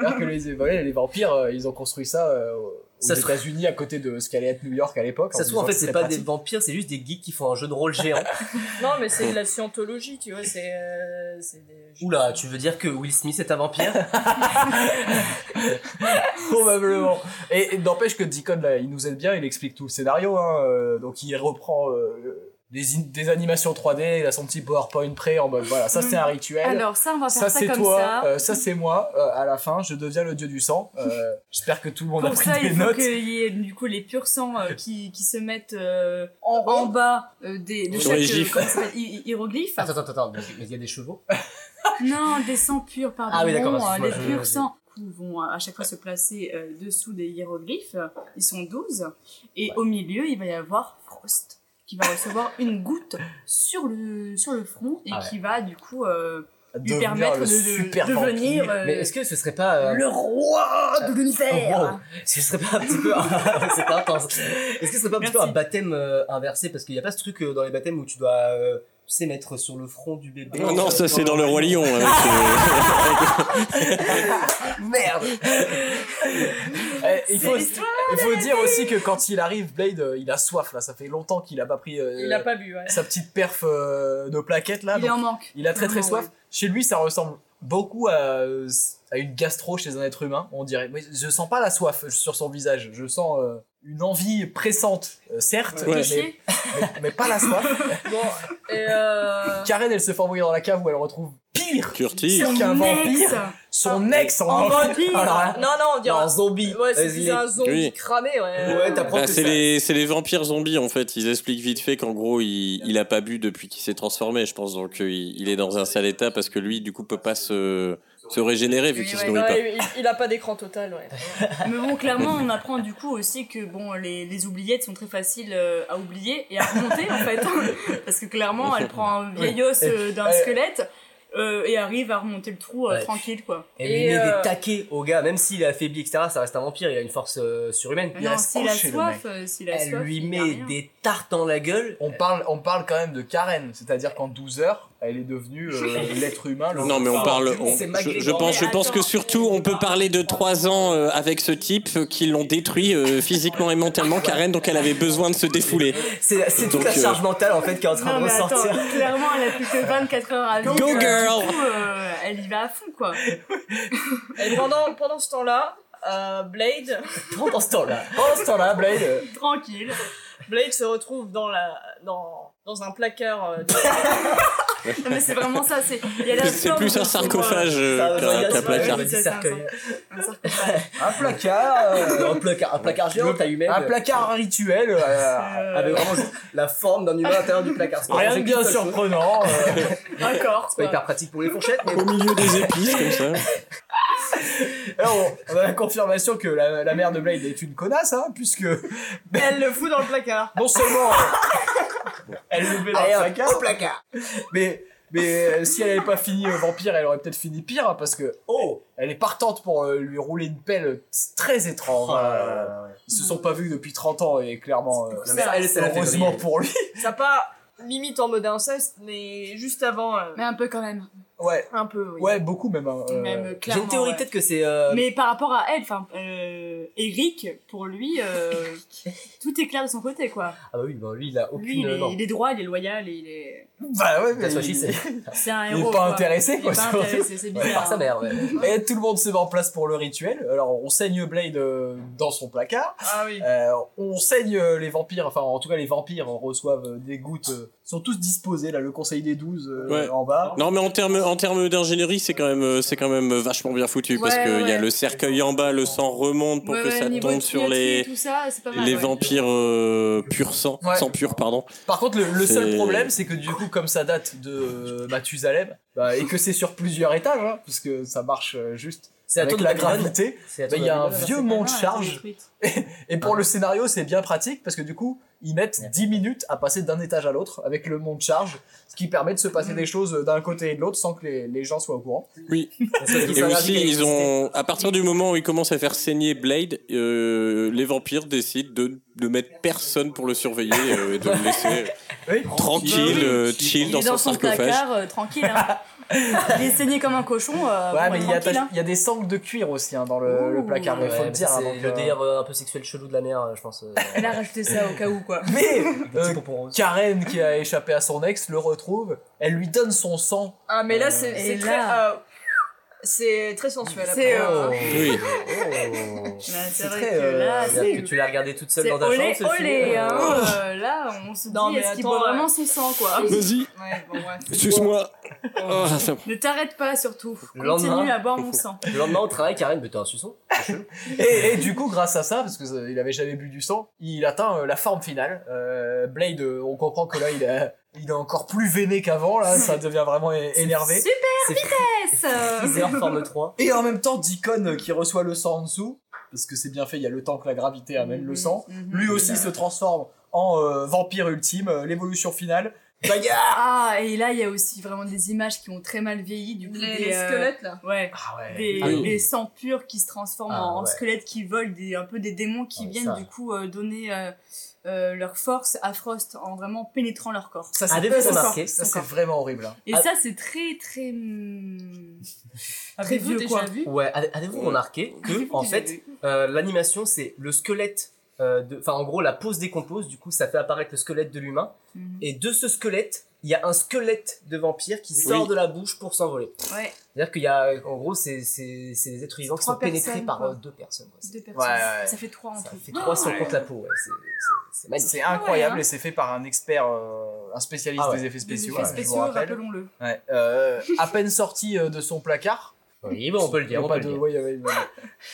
E: Alors que les, voilà, les vampires, euh, ils ont construit ça euh, aux
G: Ça se-
E: États-Unis à côté de ce qu'allait être New York à l'époque.
G: Ça se trouve en fait c'est
E: disant,
G: pas
E: très
G: des
E: pratique.
G: vampires c'est juste des geeks qui font un jeu de rôle géant.
F: non, mais c'est de la scientologie, tu vois, c'est. euh, c'est des-
G: Oula tu veux dire que Will Smith est un vampire
E: <laughs> Probablement. Et, et n'empêche que Deacon, là, il nous aide bien, il explique tout le scénario. Hein, euh, donc il reprend euh, des, in- des animations 3D, il a son petit PowerPoint prêt en mode voilà, ça c'est un rituel.
H: Alors ça, on va faire
E: ça
H: ça,
E: c'est
H: comme
E: toi,
H: ça.
E: euh, ça c'est moi. euh, à la fin, je deviens le dieu du sang. Euh, J'espère que tout le monde a
H: Pour
E: pris
H: ça,
E: des
H: il faut
E: notes.
H: qu'il y ait du coup les purs sangs euh, qui, qui se mettent euh,
F: En
H: en,
F: rond.
H: bas euh, des, de
B: Sur
H: chaque
B: les
H: euh,
B: gifs.
H: comment ça s'appelle, hi- hi- hiéroglyphe.
G: <laughs> Attends attends attends mais mais il y a des chevaux.
H: Non, des sangs purs, pardon.
G: Ah oui, d'accord,
H: Bon, euh,
G: excuse-moi,
H: les
G: je-
H: purs
G: je-
H: sangs qui vont euh, à chaque fois se placer euh, dessous des hiéroglyphes. Ils sont 12. Et au milieu, il va y avoir Frost, qui qui va recevoir une goutte sur le, sur le front et
G: Ah ouais.
H: qui va du coup euh, lui
E: Devenir
H: permettre
E: le
H: de, de-
E: super
H: devenir
E: vampire.
H: euh,
G: Mais est-ce que ce serait pas. euh, <laughs> oh,
H: le roi de l'univers
G: wow, ce serait pas un petit
H: <laughs>
G: peu. <laughs> c'est intense. Est-ce que ce serait pas un petit peu
H: Merci.
G: un baptême euh, inversé Parce qu'il n'y a pas ce truc euh, dans les baptêmes où tu dois. euh, tu sais, mettre sur le front du bébé.
I: Non, non, ça c'est dans le Roi Lion. hein,
B: euh,
I: c'est-
G: Merde
E: Eh, il, faut, il faut dire aussi que quand il arrive, Blade, euh, il a soif là. Ça fait longtemps qu'il a pas pris euh,
F: Il a pas bu, ouais.
E: sa petite perf euh, de plaquettes là.
H: il est
E: donc
H: en Ah, manque
E: il a très très
H: Vraiment,
E: soif. Chez lui, ça ressemble beaucoup à, euh, à une gastro chez un être humain, on dirait. Mais je sens pas la soif sur son visage. Je sens euh, une envie pressante, euh, certes,
I: Ouais.
E: mais,
H: Chier.
E: mais- mais pas la
H: <laughs>
E: soif.
F: Bon, et euh...
E: Karen, elle se fait envoyer dans la cave où elle retrouve pire
I: Curtis.
E: pire qu'un vampire, son ex en,
F: En
E: vampire.
F: vampire
E: Alors là,
F: Non, non, on
G: Non,
F: dirait...
G: un zombie
F: Ouais, c'est
G: Euh,
F: c'est un zombie
I: Oui.
F: cramé, ouais.
G: Ouais, t'apprends
I: Bah,
G: que
I: c'est
G: ça.
I: les, c'est les vampires zombies en fait. Ils expliquent vite fait qu'en gros il, il a pas bu depuis qu'il s'est transformé. Je pense donc euh, il, il est dans un sale état parce que lui du coup peut pas se, se régénérer vu
H: Oui,
I: qu'il
H: ouais,
I: se nourrit
F: Ouais,
I: pas.
F: il, il a pas d'écran total, ouais.
H: mais bon clairement on apprend du coup aussi que bon les, les oubliettes sont très faciles euh, à oublier et à remonter en fait <laughs> parce que clairement elle prend un vieil os euh, d'un
E: Elle-
H: squelette euh, et arrive à remonter le trou euh,
G: Ouais.
H: tranquille quoi
G: Elle
F: Et,
G: lui met
F: euh,
G: des taquets au gars, même s'il est affaibli, etc. Ça reste un vampire, il a une force euh, surhumaine.
H: Mais
E: Il
H: non
E: reste
H: s'il a
E: couché, le
H: soif euh, s'il a
G: Elle
H: soif
G: lui
H: il y a
G: met
H: rien.
G: des tartes dans la gueule.
E: on parle, on parle quand même de Karen, c'est-à-dire qu'en 12 heures, elle est devenue <laughs> euh, l'être humain. le-
I: Non mais on parle. on-
G: C'est
I: je,
G: malgré
I: je
G: moi.
I: pense, je
H: Mais
I: pense que
H: attends.
I: surtout on peut parler de trois ans euh, avec ce type euh, qui l'ont détruit euh, physiquement et mentalement. Karen donc elle avait besoin de se défouler.
G: C'est c'est toute
I: Donc,
G: la
I: euh,
G: charge mentale en fait qui est en
H: Non,
G: train de
H: mais attends,
G: ressortir.
H: <laughs> clairement, elle a plus que 24 heures à vivre.
I: Go
H: Du
I: girl.
H: coup, euh, elle y va à fond, quoi.
F: Et pendant, pendant ce temps-là, euh, Blade...
G: Pendant ce temps-là.
E: Pendant ce temps-là, Blade, euh,
H: Tranquille.
F: Blade se retrouve dans la dans, dans un placard euh,
I: <laughs>
F: de-
H: Non, mais c'est vraiment ça. C'est il y a la
I: C'est
H: forme
I: plus un
H: de son,
I: sarcophage euh,
G: Ça,
I: qu'un-
G: ça,
I: qu'un
G: ça,
I: placard.
G: ça,
H: c'est
G: cercueil.
H: euh, un sarcophage.
E: un placard, euh,
G: un placard, un placard géant, t'as humaine.
E: un placard rituel, euh,
H: Euh,
G: Avec vraiment
E: <laughs>
G: juste la forme d'un humain à l'intérieur du placard. C'est pas
E: rien de
G: manger
E: bien
G: qu'une seule
E: <laughs>
G: chose.
E: surprenant. euh,
H: un corps,
G: C'est pas
H: quoi.
G: hyper pratique pour les fourchettes, mais
I: Au milieu des épices comme ça.
E: Alors, on on a la confirmation que la, la mère de Blade est une connasse, hein, puisque
F: Elle le fout dans le placard.
E: non seulement euh, elle le met dans
G: Allez,
E: le
G: hop,
E: placard,
G: au placard.
E: mais, mais euh, si elle n'avait pas fini euh, vampire, elle aurait peut-être fini pire, hein, parce que, oh, elle est partante pour euh, lui rouler une pelle euh, très étrange. hein. Ils se sont pas vus depuis 30 ans, et clairement, euh,
G: Non, mais elle, c'est la
E: heureusement
G: février.
E: pour lui.
F: Ça pas limite en mode inceste, mais juste avant. euh,
H: Mais un peu quand même.
E: Ouais,
H: Un peu, oui.
E: ouais, beaucoup même. hein, euh,
H: Même, euh,
G: J'ai
H: clairement,
G: une théorie
H: ouais.
G: peut-être que c'est. euh,
H: Mais par rapport à elle, enfin, euh, Eric, pour lui, euh, tout est clair de son côté, quoi.
G: Ah bah oui, bah lui il a aucune.
H: Lui, il est,
G: non.
H: il est droit, il est loyal, et il est.
E: Bah ouais, mais
G: That's what
E: il,
G: she said.
H: C'est un
E: il est
H: héros.
E: pas
H: quoi.
E: intéressé,
H: Il est
E: quoi.
H: pas
E: sur-
H: intéressé, c'est
G: Ouais,
H: bizarre.
G: Par sa mère, ouais.
E: <laughs> Et tout le monde se met en place pour le rituel. Alors, on saigne Blade euh, dans son placard.
F: Ah oui.
E: Euh, on saigne euh, les vampires, enfin en tout cas les vampires reçoivent euh, des gouttes, euh, sont tous disposés là, le conseil des 12 euh,
I: Ouais.
E: en bas.
I: Non mais en termes en termes d'ingénierie c'est quand même euh, c'est quand même vachement bien foutu parce
H: Ouais,
I: que il y a
H: ouais.
I: le cercueil en bas le sang remonte pour
H: Ouais,
I: que
H: ouais,
I: ça
H: niveau
I: tombe sur
H: tuyauterie et
I: les
H: Tout ça, c'est pas mal,
I: les
H: ouais.
I: vampires euh, pur sang
E: Ouais.
I: sang pur pardon
E: Par contre, le, le seul
I: C'est-
E: problème c'est que du coup, comme ça date de euh, Mathusalem bah, et que c'est sur plusieurs étages, hein, parce que ça marche euh, juste
G: C'est la
E: avec
G: tour de
E: la
G: Babylone.
E: gravité,
G: C'est la
E: bah,
G: tour
E: il
G: de
E: y a un
G: Babylone.
E: vieux
H: C'est
E: mont de
H: pas mal,
E: charge.
H: c'est détruite.
E: Et pour le scénario, c'est bien pratique parce que du coup, ils mettent
G: Ouais.
E: 10 minutes à passer d'un étage à l'autre avec le mont de charge, ce qui permet de se passer des choses d'un côté et de l'autre sans que les, les gens soient au courant.
I: oui
G: C'est parce qu'ils
I: et
G: sont
I: aussi
G: allergiques à
I: ils ont à partir du moment où ils commencent à faire saigner Blade euh, les vampires décident de ne mettre personne pour le surveiller euh, et de le laisser
E: Oui.
I: tranquille euh, chill
H: Il
I: dans
H: est
I: son
H: dans son
I: sarcophage
H: placard, euh, tranquille.
E: <laughs>
H: hein. il est saigné comme un cochon. euh,
G: Ah
E: Ouais,
H: bon,
E: mais il y, a
H: tranquille. hein.
E: il y a des sangles de cuir aussi hein, dans le, le
H: Ouh.
E: placard, il
G: <laughs> Ouais,
E: faut le
G: mais
E: dire.
G: ça,
E: hein,
G: c'est
E: donc,
G: le
E: euh,
G: délire euh, un peu sexuel chelou de la mère, euh, je pense. euh,
H: Elle a rajouté ça au cas où, quoi.
E: Mais
G: des
E: euh,
G: petits pompons
E: <laughs>
G: roses.
E: Karen, qui a échappé à son ex, le retrouve, elle lui donne son sang.
F: Ah mais là c'est
H: Et
F: c'est
H: là-
F: très euh, c'est très sensuel.
H: C'est,
F: après.
H: euh,
I: oui
G: Oh.
H: Bah,
E: C'est
H: c'est vrai
E: très,
H: que
E: euh,
H: là,
G: C'est-à-dire
H: c'est.
G: que tu l'as regardé toute seule
H: C'est
G: dans ta
H: olé,
G: chambre, Sophie,
H: olé, hein.
E: Oh.
G: euh,
H: euh, là, on se dit,
F: Non, mais
H: est-ce qu'il
F: attends, euh,
H: boit
F: ouais.
H: vraiment son sang, quoi
I: vas-y
F: Ouais, bon, ouais.
I: suce-moi Oh, ça-
H: Ne t'arrête pas, surtout.
G: Le lendemain.
H: Continue à boire mon sang.
G: Le lendemain au travail, Karen, mais t'es un suçon.
E: Et, et du coup, grâce à ça, parce que ça- il avait jamais bu du sang, il atteint euh, la forme finale. Euh, Blade, euh, on comprend que là, il est, il est encore plus véné qu'avant, là, ça devient vraiment é- énervé.
G: C'est
H: <laughs> Yes,
G: <laughs>
H: euh,
G: Freezer forme 3.
E: Et en même temps, Deacon euh, qui reçoit le sang en dessous, parce que c'est bien fait, il y a le temps que la gravité amène le sang,
H: mhm.
E: lui aussi se transforme en euh, vampire ultime, euh, l'évolution finale. Bagarre
H: Ah, et là, il y a aussi vraiment des images qui ont très mal vieilli. Du coup,
F: Les-
H: des, euh,
F: les squelettes, là
H: Ouais.
F: ouais.
H: Des,
F: Ah oui.
H: des sangs purs qui se transforment
F: Ah,
H: en, en
F: ouais.
H: squelettes qui volent, des, un peu des démons qui
F: Ouais,
H: viennent
F: ça.
H: du coup euh, donner euh, euh, leur force à Frost en vraiment pénétrant leur corps.
E: Ça,
G: Ah,
H: c'est
E: c'est
H: eux, son
E: ça,
H: corps,
E: ça,
H: son
E: c'est
H: corps.
E: vraiment horrible. hein.
H: Et ça, c'est très, très. <laughs> hum, très
G: Avez-vous
H: vieux,
G: déjà
H: quoi.
G: vu Ouais, avez- avez-vous
H: Euh, <laughs>
G: remarqué que, en fait, euh, l'animation, c'est le squelette, euh, de- enfin, en gros, la pose décompose, du coup, ça fait apparaître le squelette de l'humain.
H: Mhm.
G: Et de ce squelette, il y a un squelette de vampire qui sort
H: Oui.
G: de la bouche pour s'envoler.
H: Ouais.
G: C'est-à-dire qu'il y a, euh, en gros, c'est c'est- c'est des êtres vivants qui
H: Trois
G: sont pénétrés
H: personnes,
G: par
H: quoi.
G: euh, deux personnes. ouais.
H: Deux
E: personnes. Ouais, ouais.
H: Ça fait trois en tout.
G: fait trois si on compte la peau, ouais. C'est- c'est- c'est magnifique.
E: C'est incroyable
H: Ouais, hein.
E: et c'est fait par un expert, euh, un spécialiste
G: Ah ouais.
E: des effets
G: Des
E: spéciaux.
G: effets
E: je vous
G: spéciaux,
E: rappelle.
H: rappelons-le.
E: Ouais, euh, à peine sorti euh, de son placard.
G: Oui, bon, on peut le dire,
E: Il y a
G: on
E: pas
G: peut le
E: de-
G: dire.
E: ouais, ouais, ouais.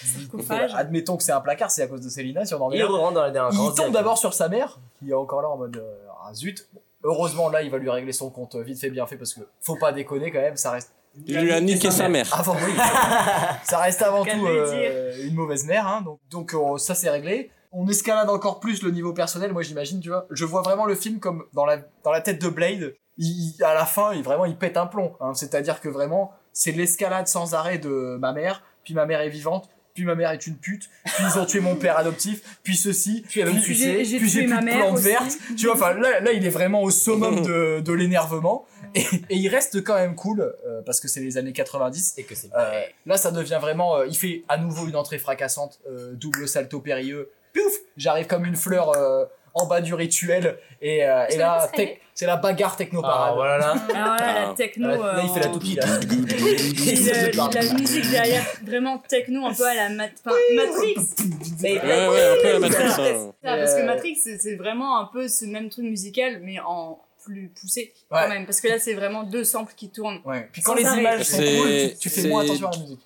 G: Sarcophage.
E: Admettons que c'est un placard, c'est à cause de Célina, si on en est
G: Il
E: là.
G: rentre dans la dernière
E: Il
G: grande
E: tombe
G: direction.
E: d'abord sur sa mère, qui est encore là en mode euh, ah, zut. Heureusement, là, il va lui régler son compte euh, vite fait, bien fait, parce que faut pas déconner quand même, ça reste.
N: Il lui a niqué sa mère.
I: Ah.
E: Avant, Ah,
C: <laughs>
E: oui. ça reste avant
N: Qu'à
E: tout
N: lui
E: euh, une mauvaise mère, hein, donc, donc euh, ça c'est réglé. On escalade encore plus le niveau personnel, moi j'imagine, tu vois. Je vois vraiment le film comme dans la, dans la tête de Blade, il, il- à la fin, il, vraiment, il pète un plomb. hein. C'est-à-dire que vraiment, c'est de l'escalade sans arrêt de ma mère, puis ma mère est vivante, puis ma mère est une pute, puis ils ont tué mon père adoptif, puis ceci, puis,
C: même
E: puis
C: tué-
E: j'ai-
C: j'ai
E: puis
C: tué
E: j'ai plus
C: ma
E: de
C: mère
E: plante
C: aussi.
E: verte. Tu vois, enfin là, là, il est vraiment au summum de, de l'énervement. Et, et il reste quand même cool, euh, parce que c'est les années 90.
G: Et que c'est
E: Euh, Là, ça devient vraiment. euh, il fait à nouveau une entrée fracassante, euh, double salto périlleux. Pouf J'arrive comme une fleur euh, en bas du rituel. Et, euh, et
H: Je me
E: là,
H: laisse rêver.
E: tec- c'est la bagarre technoparade.
G: Ah, voilà, là.
H: Ah ouais, la techno.
G: Là, là, il fait la
H: euh,
G: toupie.
H: <laughs> Et le-
G: là.
H: la musique derrière, vraiment techno, un peu à la mat- enfin, Matrix.
G: Mais-
N: Ouais, ouais, un peu à la Matrix,
H: Ça,
N: hein.
H: Parce que
N: Euh.
H: Matrix, c'est c'est vraiment un peu ce même truc musical, mais en plus poussé
N: Ouais.
H: quand même. Parce que là, c'est vraiment deux samples qui tournent.
E: Puis quand
H: Sans
E: les
H: arrêt.
E: images sont
N: C'est-
E: cool, tu, tu fais
N: c'est-
E: moins attention à la musique.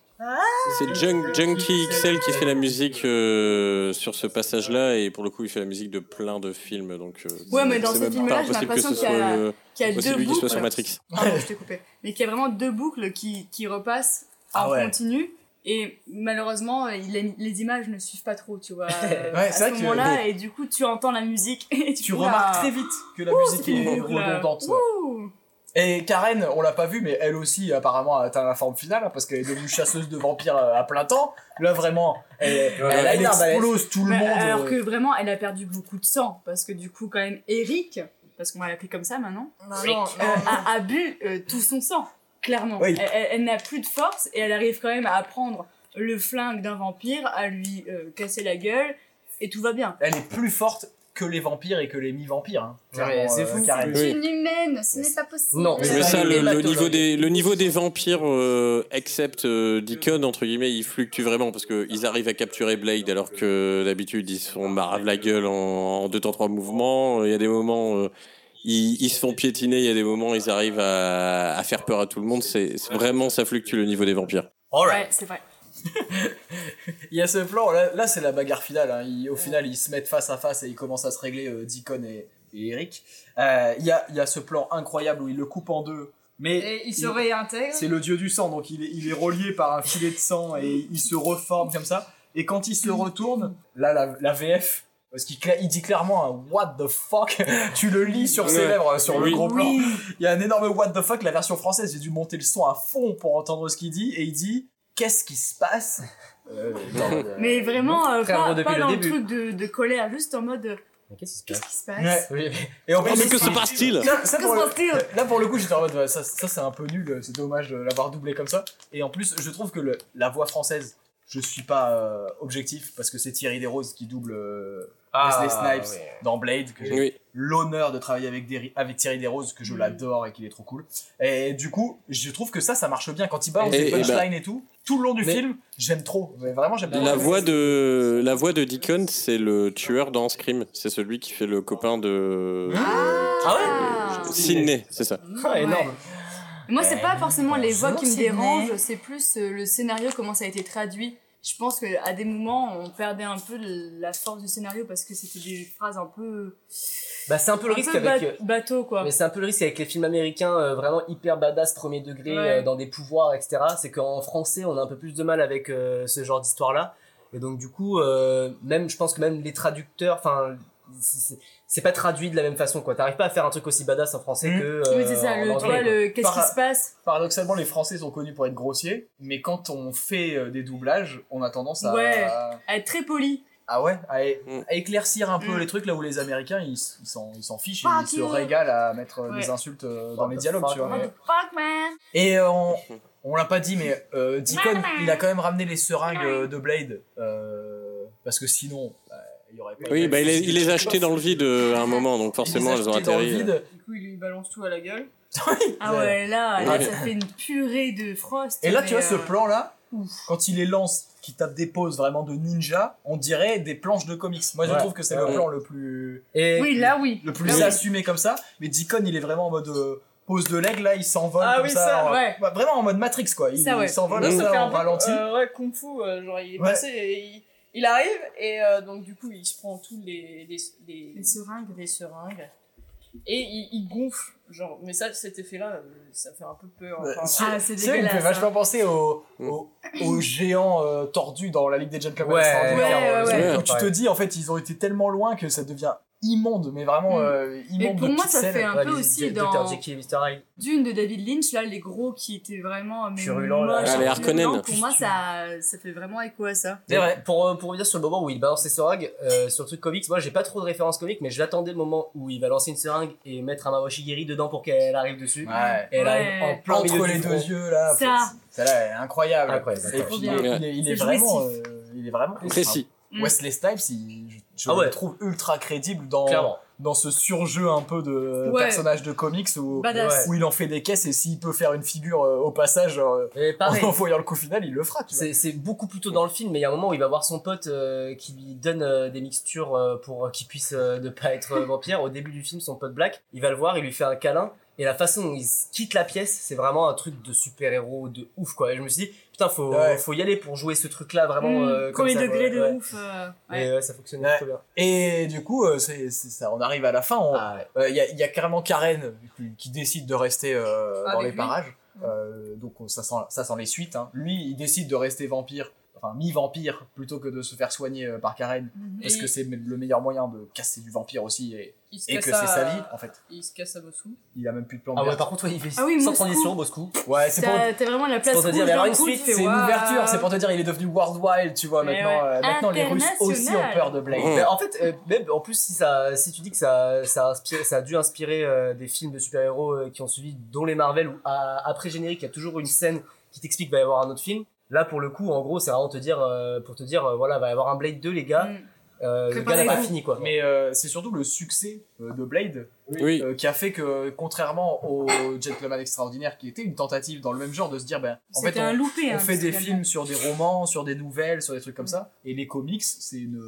N: C'est Jun- Junkie XL qui fait la musique euh, sur ce passage-là, et pour le coup, il fait la musique de plein de films. Donc, euh,
H: Ouais, mais dans
N: c'est
H: ce
N: même
H: film-là,
N: pas
H: j'ai
N: impossible que
H: l'impression
N: ce
H: qu'il y
N: soit,
H: a,
N: euh,
H: qu'il y a
N: possible
H: deux
N: qu'il
H: boucles.
N: soit sur Matrix.
H: Pardon, je t'ai coupé. Mais qu'il y a vraiment deux boucles qui, qui repassent
N: Ah
H: en
N: ouais.
H: continu. Et malheureusement, il- les, les images ne suivent pas
E: <laughs>
H: trop, tu vois. euh,
E: Ouais,
H: à
E: c'est
H: ce
E: vrai que-
H: moment-là, et du coup, tu entends la musique. <laughs> Et tu
E: Tu
H: fais,
E: remarques
H: ah,
E: très vite que la
H: ouh,
E: musique
H: c'est une
E: est
H: boucle. euh,
E: redondante.
H: Ouh.
E: Et Karen, on l'a pas vu, mais elle aussi apparemment a atteint la forme finale hein, parce qu'elle est devenue chasseuse de vampires euh, à plein temps. Là vraiment, elle, elle,
G: elle est
E: explose tout le
H: Bah,
E: monde.
H: Alors
E: euh,
H: que vraiment, elle a perdu beaucoup de sang. Parce que du coup, quand même, Eric, parce qu'on va l'appeler comme ça maintenant,
F: non, non.
H: euh, a, a bu euh, tout son sang, clairement.
F: Oui.
H: Elle, elle- elle n'a plus de force et elle arrive quand même à prendre le flingue d'un vampire, à lui euh, casser la gueule, et tout va bien.
E: Elle est plus forte que les vampires et que les mi-vampires. hein.
G: Ouais,
E: Clairement,
G: c'est
E: euh,
G: fou.
E: Karen.
N: Oui.
H: Une humaine, ce n'est pas possible.
G: Non,
N: Mais ça, le, le niveau des,
G: des
N: le niveau des vampires, euh, except euh, d'Icon, entre guillemets, il fluctue vraiment parce qu'ils arrivent à capturer Blade alors que d'habitude ils se font marave la gueule en, en deux temps trois mouvements. Il y a des moments, euh, ils, ils se font piétiner, il y a des moments, ils arrivent à, à faire peur à tout le monde. C'est c'est vraiment, ça fluctue le niveau des vampires.
H: Ouais, c'est vrai.
E: Il y a ce plan, là, là, c'est la bagarre finale. hein. Ils- au final, ils se mettent face à face et ils commencent à se régler, euh, Deacon et, et Eric. Euh, Il y, a, il y a ce plan incroyable où ils le coupent en deux. Mais
F: Et il se
E: il-
F: réintègre.
E: C'est le dieu du sang, donc il est, il est relié par un filet de sang et il se reforme comme ça. Et quand il se retourne, là, la, la VF, parce qu'il cla- il dit clairement un What the fuck, <laughs> tu le lis sur ses
N: Ouais.
E: lèvres, sur
N: Oui.
E: le gros plan.
N: Oui.
E: Il y a un énorme What the fuck, la version française, j'ai dû monter le son à fond pour entendre ce qu'il dit, et il dit Qu'est-ce qui se passe Euh, dans le-
H: Mais vraiment, euh,
E: Frère,
H: pas,
E: depuis
H: pas
E: le
H: dans le
E: début.
H: truc de, de colère, juste en mode. euh,
G: Qu'est-ce
H: qui se passe
E: Ouais, oui, oui. Et en
N: Oh, Mais
E: plus,
N: que se passe-t-il
E: là, ça,
H: Que
E: pour
H: se
E: le-
H: passe-t-il
E: là, pour le coup, j'étais en mode, ouais, ça, ça, c'est un peu nul, euh, c'est dommage de l'avoir doublé comme ça. Et en plus, je trouve que le- la voix française, je suis pas euh, objectif, parce que c'est Thierry Desroses qui double euh,
G: Ah,
E: Wesley Snipes
G: ouais.
E: dans Blade, que j'ai
N: Oui.
E: l'honneur de travailler avec, des, avec Thierry Desroses, que je l'adore et qu'il est trop cool. Et du coup, je trouve que ça, ça marche bien. Quand il balance
N: Et-
E: des
N: et bah-
E: punchlines et tout, tout le long du film, j'aime trop. Mais vraiment, j'aime trop.
N: La voix de la voix de Deacon, c'est le tueur dans Scream. C'est celui qui fait le copain de
G: Ah
N: ouais Sydney, c'est ça.
G: Ah, énorme.
H: Moi, c'est pas forcément les voix qui me
F: Sydney.
H: dérangent, c'est plus euh, le scénario, comment ça a été traduit. Je pense qu'à des moments, on perdait un peu de la force du scénario parce que c'était des phrases un peu.
G: Bah, c'est un peu le risque avec. euh,
H: bateau, quoi.
G: Mais c'est un peu le risque avec les films américains euh, vraiment hyper badass, premier degré,
H: Ouais.
G: euh, dans des pouvoirs, etc. C'est qu'en français, on a un peu plus de mal avec euh, ce genre d'histoire-là. Et donc, du coup, euh, même, je pense que même les traducteurs, enfin, c'est- c'est- c'est pas traduit de la même façon quoi. T'arrives pas à faire un truc aussi badass en français que. euh,
H: Mm. Oui, c'est ça,
G: en
H: le, tu
G: anglais,
H: vois,
G: quoi.
H: le qu'est-ce qui
E: Par-
H: se passe
E: Paradoxalement, les Français sont connus pour être grossiers, mais quand on fait euh, des doublages, on a tendance à.
H: Ouais. À être très poli.
E: Ah ouais à, é- à éclaircir un peu
H: Mm.
E: les trucs là où les Américains ils s- ils s'en ils s'en fichent et
H: Fuck
E: ils se
H: you.
E: régalent à mettre euh,
H: Ouais.
E: des insultes euh, dans les dialogues, tu vois.
H: What the fuck, man
E: Et euh,
N: <laughs>
E: on, on l'a pas dit, mais euh, Deacon, il a quand même ramené les seringues euh, de Blade. euh, parce que sinon, bah, il y aurait pas
N: Oui, bah, il, les- il les a achetés dans le vide euh, à un moment, donc forcément, elles ont
E: achetés dans le
N: atterri. euh.
E: vide. <laughs>
F: Du coup, il lui balance tout à la gueule.
H: Ah ouais, là, là,
N: Ouais.
H: ça fait une purée de frost.
E: Et là,
H: mais,
E: tu vois, ce
H: euh,
E: plan là, quand il les lance, qui tape des poses vraiment de ninja, on dirait des planches de comics. Moi, je
G: Ouais.
E: trouve que c'est le
G: Ouais.
E: plan le plus.
G: Et
H: Oui, là, oui.
E: le plus
H: Ah oui.
E: assumé comme ça. Mais Deacon, il est vraiment en mode euh, pose de l'aigle, là, il s'envole
F: Ah
E: comme
F: oui,
E: ça.
F: ça,
E: en-
H: ouais.
E: bah, vraiment en mode Matrix, quoi. Il
H: Ça, ouais.
E: il s'envole
F: Moi, ça
E: ça,
F: fait un
E: Mmh. en
F: peu,
E: ralenti.
F: euh, ouais, kung fu, euh, genre il est
E: Ouais.
F: passé et il, il arrive et euh, donc du coup il se prend tous les, les, les,
H: Les seringues.
F: des seringues et il, il gonfle. Genre, mais ça, cet effet-là, euh, ça fait un peu peur.
E: Ouais,
F: enfin,
E: c'est-
H: Ah, c'est
E: Tu sais, il me fait
H: dégueulasse.
E: vachement
H: hein.
E: penser au,
H: <clears throat>
E: au, au géant euh, tordu dans la Ligue des Gentlemen.
G: Ouais.
E: extraordinaire,
H: Ouais,
E: euh,
H: ouais,
N: ouais.
E: où tu te dis, en fait, ils ont été tellement loin que ça devient immonde, mais vraiment
H: Mm.
E: euh, immonde.
H: Mais pour
E: de
H: moi, ça
E: pixels.
H: fait un
G: Ouais,
H: peu
G: les-
H: aussi
G: Dr.
H: dans
G: Jekyll et Mr. Hyde.
H: Dune de David Lynch, là, les gros qui étaient vraiment. mais
G: Furulents,
H: moches,
G: là.
N: Ah, les
H: furulents,
N: Harkonnen.
H: Pour moi, ça, ça fait vraiment écho à ça.
G: Mais Pour, euh, pour revenir sur le moment où il balance ses seringues, euh, sur le truc comics, moi j'ai pas trop de références comics, mais j'attendais le moment où il va lancer une seringue et mettre un Mawashigiri dedans pour qu'elle arrive dessus.
E: Ouais.
G: Et elle arrive
H: Ouais.
G: en plein milieu
E: Entre
G: du
E: les deux
G: front.
E: yeux, là.
H: Ça.
E: Ça, là, est incroyable.
G: Incroyable,
E: Et puis, il est, il est- il est
H: C'est
E: vraiment. euh, il est vraiment.
N: Précis.
H: Mm.
E: Wesley Snipes, il- je, je
G: Ah ouais.
E: le trouve ultra crédible dans,
G: Clairement.
E: dans ce surjeu un peu de
H: Ouais.
E: personnage de comics où,
H: Badass.
E: où il en fait des caisses et s'il peut faire une figure euh, au passage euh,
G: Et
E: en
G: pareil,
E: envoyant le coup final, il le fera. Tu vois.
G: C'est, c'est beaucoup plus tôt dans le film, mais il y a un moment où il va voir son pote euh, qui lui donne euh, des mixtures euh, pour euh, qu'il puisse euh, ne pas être euh, vampire. Au début du film, son pote Black, il va le voir, il lui fait un câlin. Et la façon dont il s- quitte la pièce, c'est vraiment un truc de super-héros de ouf, quoi. Et je me suis dit, putain, faut,
E: Ouais.
G: faut y aller pour jouer ce truc-là vraiment.
H: Mm,
G: euh, comme
H: Premier
G: ça,
H: degré
G: quoi.
H: de
G: Ouais.
H: ouf. euh, ouais. Ah
G: Et ouais, ça fonctionne
E: Ouais.
G: plutôt bien.
E: Et du coup, euh, c'est c'est ça, on arrive à la fin. on-
G: Ah, ouais.
E: Euh, Il y, a- il y a carrément Karen qui, qui décide de rester euh, dans
F: Avec
E: les
F: lui.
E: parages. Euh, donc on- ça sent, ça sent les suites. hein. Lui, il décide de rester vampire, enfin mi-vampire, plutôt que de se faire soigner euh, par Karen. Parce
F: Et-
E: que c'est le meilleur moyen de casser du vampire aussi et,
F: il se
E: et
F: casse
E: que c'est sa
F: à-
E: vie, en fait.
F: Il se casse à Bossou.
E: Il a même plus de plan
G: Ah
E: B.
G: ouais, par contre, ouais, il fait
H: Ah oui,
G: sans
H: Moscou.
G: transition, Moscou.
E: Ouais, c'est pour,
H: T'as t'as vraiment la place
G: pour te
H: rouge
G: dire, il va y avoir
H: d'un
G: une
H: coup, tu
G: suite,
H: fais,
E: c'est une
H: Waouh. hmm.
E: ouverture, c'est pour te dire, il est devenu World Wild, tu vois,
F: Mais
E: maintenant.
F: ouais.
E: euh, maintenant, les Russes aussi ont
H: International.
E: peur de Blade.
N: Mmh.
G: Mais en fait, euh, même en plus, si, ça, si tu dis que ça, ça, a inspiré- ça a dû inspirer euh, des films de super-héros euh, qui ont suivi, dont les Marvel, où à- après générique, il y a toujours une scène qui t'explique qu'il va y avoir un autre film. Là, pour le coup, en gros, c'est vraiment te dire, euh, pour te dire, euh, voilà, va y avoir un Blade 2, les gars.
H: Mm.
G: Euh, le gars n'a pas
H: Préparez-vous.
G: fini, quoi.
E: Mais euh, c'est surtout le succès euh, de Blade
N: Oui.
E: euh, qui a fait que, contrairement au Gentleman Extraordinaire, qui était une tentative dans le même genre de se dire, ben, en fait,
H: C'était
E: on,
H: un loupé.
E: on
H: hein,
E: fait des
H: parce que-
E: films sur des romans, sur des nouvelles, sur des trucs comme ça, et les comics, c'est une.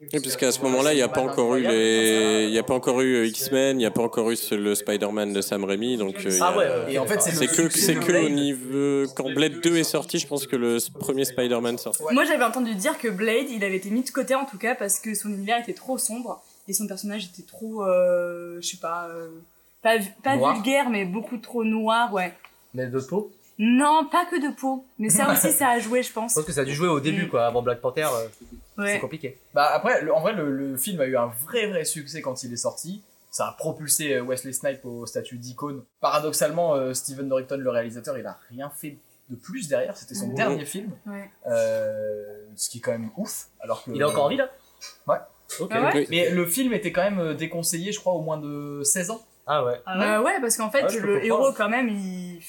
N: Oui, parce qu'à ce moment-là, il n'y a pas encore eu les, il y a pas encore eu euh, X-Men, il n'y a pas encore eu ce- le Spider-Man de Sam Raimi, donc euh, il y a-
G: Ah ouais, ouais,
E: Et en fait, c'est
N: c'est
E: le
N: que,
E: succès
N: c'est
E: de
N: que au
E: Blade.
N: niveau quand Blade 2 est sorti, je pense que le premier Spider-Man sort.
E: Ouais.
H: Moi, j'avais entendu dire que Blade, il avait été mis de côté en tout cas parce que son univers était trop sombre et son personnage était trop, euh, je sais pas, euh, pas, vu- pas
G: Noir.
H: vulgaire, mais beaucoup trop noir, ouais.
G: Mais de peau,
H: Non, pas que de peau, mais ça
G: <laughs>
H: aussi, ça a joué, je
G: je
H: pense.
G: pense que ça a dû jouer au début,
H: Mm.
G: quoi. Avant Black Panther, euh, c'est
H: Ouais.
G: compliqué.
E: Bah après, le- en vrai, le, le film a eu un vrai vrai succès quand il est sorti. Ça a propulsé euh, Wesley Snipes au statut d'icône. Paradoxalement, euh, Steven Dorrington, le réalisateur, il a rien fait de plus derrière. C'était son
H: Mhm.
E: dernier film,
H: Ouais.
E: Euh, ce qui est quand même ouf. Alors que
G: Il a encore envie, là
E: Ouais.
G: Ok.
H: Ah ouais
E: Mais le film était quand même euh, déconseillé, je crois, au moins de 16 ans.
G: Ah ouais.
H: Bah ouais, parce qu'en fait,
G: Ouais, je peux
H: le
G: comprendre.
H: héros, quand même, il.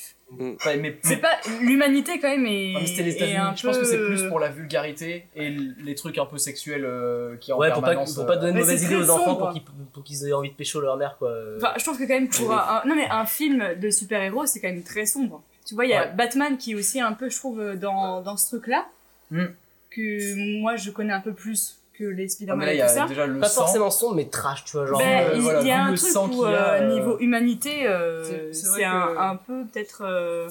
E: Enfin, mais,
H: C'est
E: mais-
H: pas. L'humanité, quand même, est.
E: Ouais, mais c'était les
H: est
E: États-Unis.
H: un
E: Je pense que c'est
H: peu-
E: plus pour la vulgarité et l- les trucs un peu sexuels euh, qui en
G: Ouais, pour pas,
E: permanence.
G: pour pas donner
H: Mais
G: de mauvaise
H: c'est
G: idée
H: très
G: aux enfants pour
H: sombre.
G: qu'ils, pour qu'ils aient envie de pécho leur mère, quoi.
H: Enfin, je trouve que quand même pour un, un- non mais un film de super-héros, c'est quand même très sombre. Tu vois, il y a
E: Ouais.
H: Batman qui est aussi un peu, je trouve, euh, dans, dans ce truc-là,
E: Mm.
H: que moi je connais un peu plus que les
E: Non, Ah, mais
H: Spider-Man
E: là, il
H: et
E: y
H: tout
E: a
H: ça.
E: déjà le
G: pas
E: sang.
G: forcément sombre, mais trash, tu vois, genre.
H: Ben,
E: euh,
H: il
E: voilà,
H: il y a
E: vu
H: un
E: le
H: truc
E: sang
H: où,
E: qu'il y a,
H: euh,
E: euh,
H: niveau humanité, euh,
F: c'est- c'est vrai
H: c'est un,
F: que-
H: un peu peut-être euh,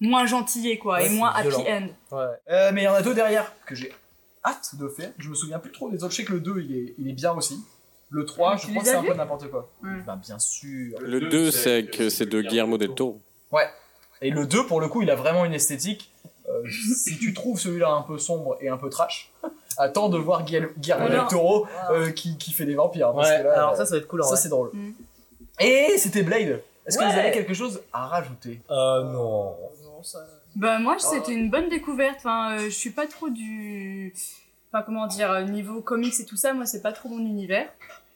H: moins gentillé, quoi,
G: Ouais,
H: et
G: c'est
H: moins happy
G: violent.
H: end.
G: Ouais.
E: Euh, mais il y en a deux derrière que j'ai hâte de faire. Je me souviens plus trop des autres. Je sais que le 2 il est, il est bien aussi. Le 3,
H: Mais
E: je
H: tu
E: crois que
H: les
E: c'est
H: as
E: un
H: vus
E: peu n'importe quoi.
H: Ouais.
E: Bah, bien sûr.
N: Le 2, c'est que c'est de Guillermo del Toro.
E: Et le
H: <laughs>
E: 2, pour le coup, il a vraiment une esthétique. euh, si tu trouves celui-là un peu sombre et un peu trash, <laughs> Attends de voir Guillermo Guillermo del
G: Alors-
E: Toro euh, qui, qui fait des vampires. parce
G: Ouais,
E: que là,
G: alors
E: euh,
G: ça, ça va être cool, en
E: Ça,
G: vrai.
E: c'est drôle. Et c'était Blade. Est-ce que vous
H: Mm. Ouais.
E: avez quelque chose à rajouter
G: Euh, non.
H: Bah moi c'était une bonne découverte. Enfin, euh, je suis pas trop du, enfin comment dire, euh, niveau comics et tout ça, moi c'est pas trop mon univers.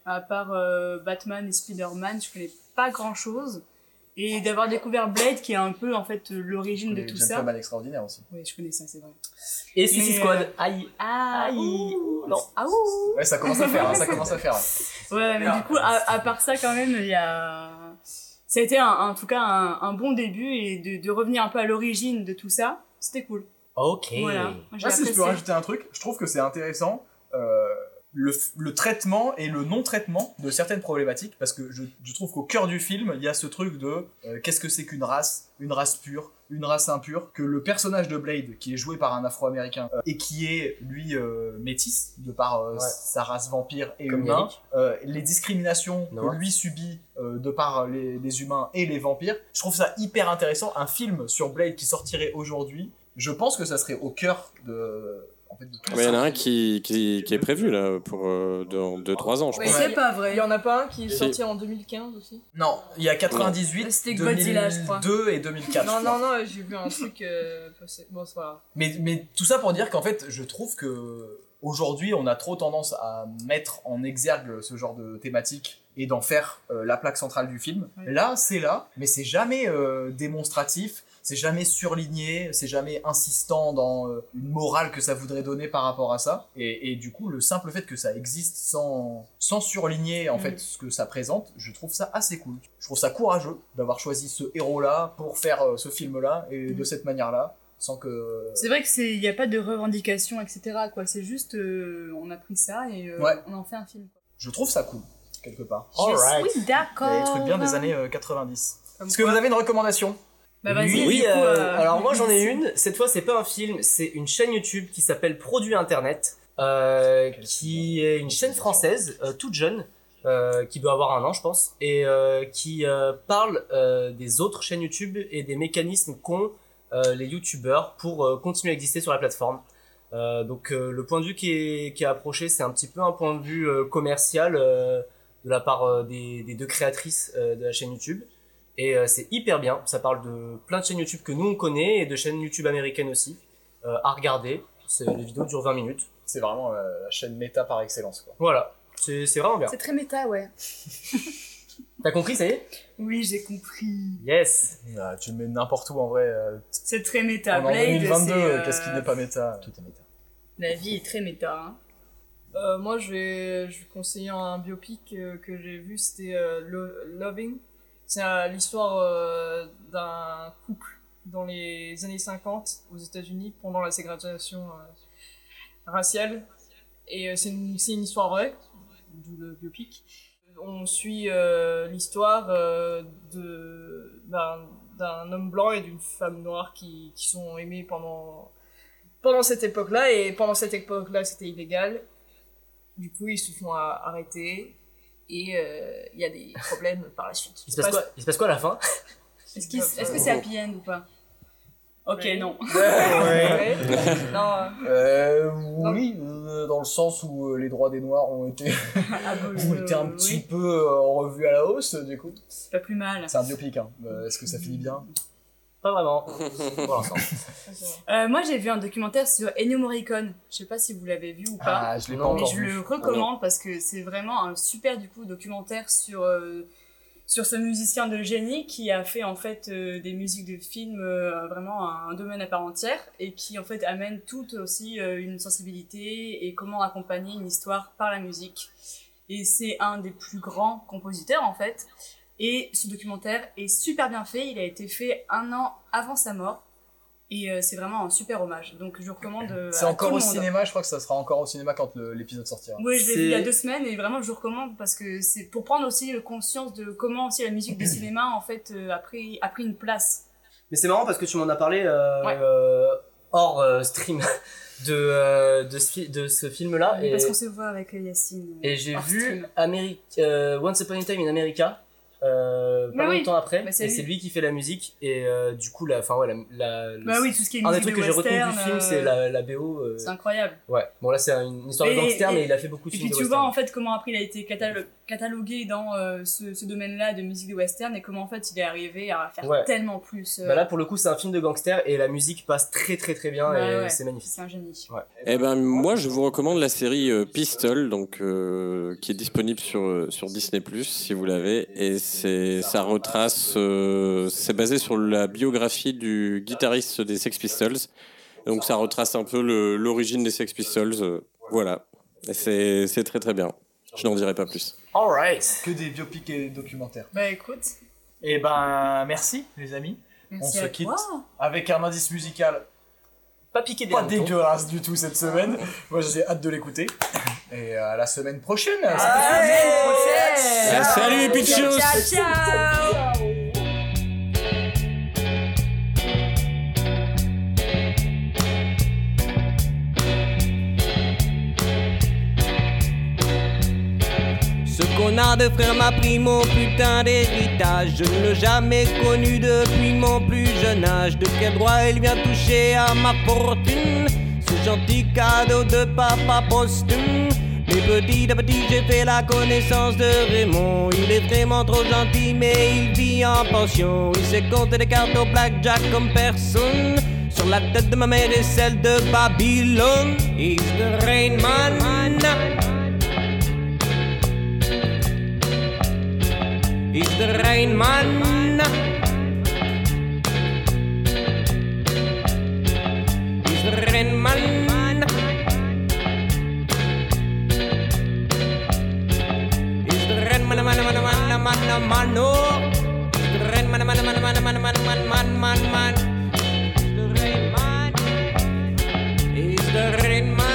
H: À part euh, Batman et Spider-Man, je connais pas grand chose. Et d'avoir découvert Blade qui est un peu en fait euh, l'origine de
E: Les
H: tout ça.
E: Gentlemen extraordinaire aussi.
H: Oui, je connais ça, c'est vrai.
G: Et Suicide
H: Mais,
G: Squad.
H: euh,
G: Aïe.
H: Ah, ouh, non. Ah, ouh.
E: Ouais, ça commence à faire, hein, ça commence à faire.
H: Ouais,
F: Ah,
H: mais du coup, à, à part ça, quand même, il y a. Ça a été un- en tout cas un, un bon début et de, de revenir un peu à l'origine de tout ça, c'était cool.
G: Ok.
H: Voilà. Moi, j'ai
E: Moi, si je peux
H: apprécié.
E: rajouter un truc, je trouve que c'est intéressant euh, le, f- le traitement et le non-traitement de certaines problématiques, parce que je, je trouve qu'au cœur du film, il y a ce truc de euh, qu'est-ce que c'est qu'une race, une race pure, une race impure, que le personnage de Blade, qui est joué par un afro-américain euh, et qui est, lui, euh, métis, de par euh, sa race vampire et
G: Comme
E: humain,
G: Yannick.
E: euh, les discriminations
G: Noah.
E: que lui subit euh, de par les, les humains et les vampires, je trouve ça hyper intéressant. Un film sur Blade qui sortirait aujourd'hui, je pense que ça serait au cœur de, en fait, de tout
N: Mais il y
E: ça.
N: en a un qui, qui, qui est prévu là pour euh, dans 2-3 ans, je
F: Mais
N: pense.
F: c'est pas vrai. Il y en a pas un qui est
N: Si.
F: sorti en 2015 aussi
E: Non, il y a 98,
F: Non. C'était Godzilla, je crois.
E: 2002 et 2004.
F: Non,
E: je crois.
F: non, non, j'ai vu un truc euh, passer. Bon, c'est pas
E: Mais, mais tout ça pour dire qu'en fait, je trouve que aujourd'hui, on a trop tendance à mettre en exergue ce genre de thématique et d'en faire euh, la plaque centrale du film.
F: Ouais.
E: Là, c'est là, mais c'est jamais euh, démonstratif, c'est jamais surligné, c'est jamais insistant dans euh, une morale que ça voudrait donner par rapport à ça. Et, et du coup, le simple fait que ça existe sans, sans surligner en
F: Mhm.
E: fait ce que ça présente, je trouve ça assez cool. Je trouve ça courageux d'avoir choisi ce héros-là pour faire euh, ce film-là et de cette manière-là, sans que...
H: C'est vrai que c'est il n'y a pas de revendication etc quoi c'est juste euh, on a pris ça et euh,
E: Ouais.
H: on en fait un film.
E: Je trouve ça cool, quelque part.
H: Quoi. Je suis
E: Il y a
H: d'accord.
E: des trucs bien des années euh, 90. Est-ce que vous avez une recommandation
H: Bah vas-y.
G: oui,
H: du
G: oui,
H: coup,
G: euh,
H: euh,
G: alors moi j'en ai une. Cette fois, c'est pas un film, c'est une chaîne YouTube qui s'appelle Produits Internet, euh, qui est une chaîne française, euh, toute jeune, euh, qui doit avoir un an, je pense, et euh, qui euh, parle euh, des autres chaînes YouTube et des mécanismes qu'ont euh, les YouTubeurs pour euh, continuer à exister sur la plateforme. Euh, donc euh, le point de vue qui est, qui est approché, c'est un petit peu un point de vue euh, commercial euh, de la part euh, des, des deux créatrices euh, de la chaîne YouTube. Et euh, c'est hyper bien. Ça parle de plein de chaînes YouTube que nous on connaît et de chaînes YouTube américaines aussi euh, à regarder. C'est- Les vidéos durent 20 minutes.
E: C'est vraiment euh, la chaîne méta par excellence. Quoi.
G: Voilà, c'est c'est vraiment bien.
H: C'est très méta ouais.
G: T'as compris, ça y est
H: Oui j'ai compris.
G: Yes
E: Ah, tu le mets n'importe où en vrai. euh,
H: C'est très
E: on est
H: méta.
E: en
H: Blade,
E: 2022,
H: c'est, euh,
E: qu'est-ce qui n'est pas méta Tout est méta.
H: La vie est très méta. hein.
F: Euh, moi, je vais, je vais conseiller un biopic euh, que j'ai vu, c'était euh, Lo- Loving. C'est euh, l'histoire euh, d'un couple dans les années 50 aux États-Unis pendant la ségrégation euh, raciale. Et euh, c'est une, c'est une histoire vraie, d'où le biopic. On suit euh, l'histoire euh, de- d'un d'un homme blanc et d'une femme noire qui, qui sont aimés pendant, pendant cette époque-là. Et pendant cette époque-là, c'était illégal. Du coup, ils se font a- arrêter et euh, il y a des problèmes par la suite.
G: Il se passe quoi, Il se passe quoi à la fin
H: Est-ce qu'il- est-ce que c'est happy end ou pas Ok
F: Oui.
H: <laughs> non.
F: Ouais. non,
E: Euh, oui, euh, dans le sens où euh, les droits des Noirs ont été,
H: Ah, Euh,
E: ont été un petit peu euh, en revue à la hausse, du coup.
H: C'est pas plus mal.
E: C'est un biopic, hein. Euh, Est-ce que ça finit bien
G: Pas vraiment. Pour l'instant.
H: Euh, moi j'ai vu un documentaire sur Ennio Morricone. Je sais pas si vous l'avez vu ou pas.
E: Ah, je l'ai pas
G: Non,
H: mais
E: encore
H: je
E: vu.
H: le recommande parce que c'est vraiment un super du coup documentaire sur euh, sur ce musicien de génie qui a fait en fait euh, des musiques de films euh, vraiment un domaine à part entière et qui en fait amène tout aussi euh, une sensibilité et comment accompagner une histoire par la musique et c'est un des plus grands compositeurs en fait et ce documentaire est super bien fait il a été fait un an avant sa mort et euh, c'est vraiment un super hommage donc je le recommande euh,
E: C'est
H: à
E: encore
H: tout
E: au
H: le monde.
E: cinéma, je crois que ça sera encore au cinéma quand le- l'épisode sortira.
H: Oui, je l'ai
G: C'est-
H: vu il y a deux semaines et vraiment je vous recommande parce que c'est pour prendre aussi conscience de comment aussi la musique
G: <coughs>
H: du cinéma en fait euh, a, pris, a pris une place.
G: Mais c'est marrant parce que tu m'en as parlé euh,
H: Ouais.
G: euh, hors euh, stream <laughs> de, euh, de ce, fi- de ce film-là.
H: Parce
G: Et-
H: qu'on se voit avec Yacine. euh,
G: Et j'ai
H: hors
G: vu
H: stream.
G: Ameri- euh, Once Upon a Time in America, euh, euh, pas
O: Mais oui.
G: longtemps après.
H: Bah,
O: Mais c'est
G: et
O: lui.
G: c'est lui qui fait la musique. Et euh, du coup, la, enfin, ouais, la, la-
O: Bah oui, tout ce qui est
G: Un des
O: musique
G: trucs
O: de
G: que j'ai retenu du
O: western,
G: film,
O: euh,
G: c'est la, la BO. euh,
O: C'est incroyable.
G: Ouais, bon là c'est une histoire de
H: Et-
G: gangster,
H: et-
G: mais il a fait beaucoup de
H: Et puis
G: films de
H: tu
G: western.
H: vois en fait comment après il a été catalo- catalogué dans euh, ce, ce domaine-là de musique de western et comment en fait il est arrivé à faire
G: Ouais.
H: tellement plus. euh,
G: Bah là pour le coup c'est un film de gangster et la musique passe très très très bien
H: Ouais,
G: et
H: ouais.
G: c'est magnifique.
H: C'est un génie.
I: Eh ben, moi, je vous recommande la série euh, Pistol, donc, euh, qui est disponible sur, euh, sur Disney, si vous l'avez. Et c'est, ça retrace. euh, c'est basé sur la biographie du guitariste des Sex Pistols. Donc, ça retrace un peu le- l'origine des Sex Pistols. euh, voilà. Et c'est, c'est très très bien. Je n'en dirai pas plus.
E: Alright. Que des biopics et documentaires.
O: Bah écoute,
E: Et ben merci les amis.
O: Merci
E: On se
O: à
E: quitte
O: toi.
E: avec un indice musical
G: pas piqué des
E: pas
G: hannetons.
E: dégueulasse du tout cette semaine. Moi j'ai hâte de l'écouter. Et euh, à la semaine prochaine.
I: Ah, salut,
F: şey
I: Pichus
P: Ce connard de frère m'a pris mon putain d'héritage. Je ne l'ai jamais connu depuis mon plus jeune âge. De quel droit il vient toucher à ma fortune Ce gentil cadeau de papa posthume. Mais petit à petit, j'ai fait la connaissance de Raymond. Il est vraiment trop gentil, mais il vit en pension. Il sait compter les cartes au blackjack comme personne. Sur la tête de ma mère et celle de Babylone. He's the rain man. He's the rain man. He's the rain man. He's the rain man, man, man, man, man, man, oh. He's the rain man, man, man, man, man, man, man, man, man, man. He's the rain man. He's the rain man.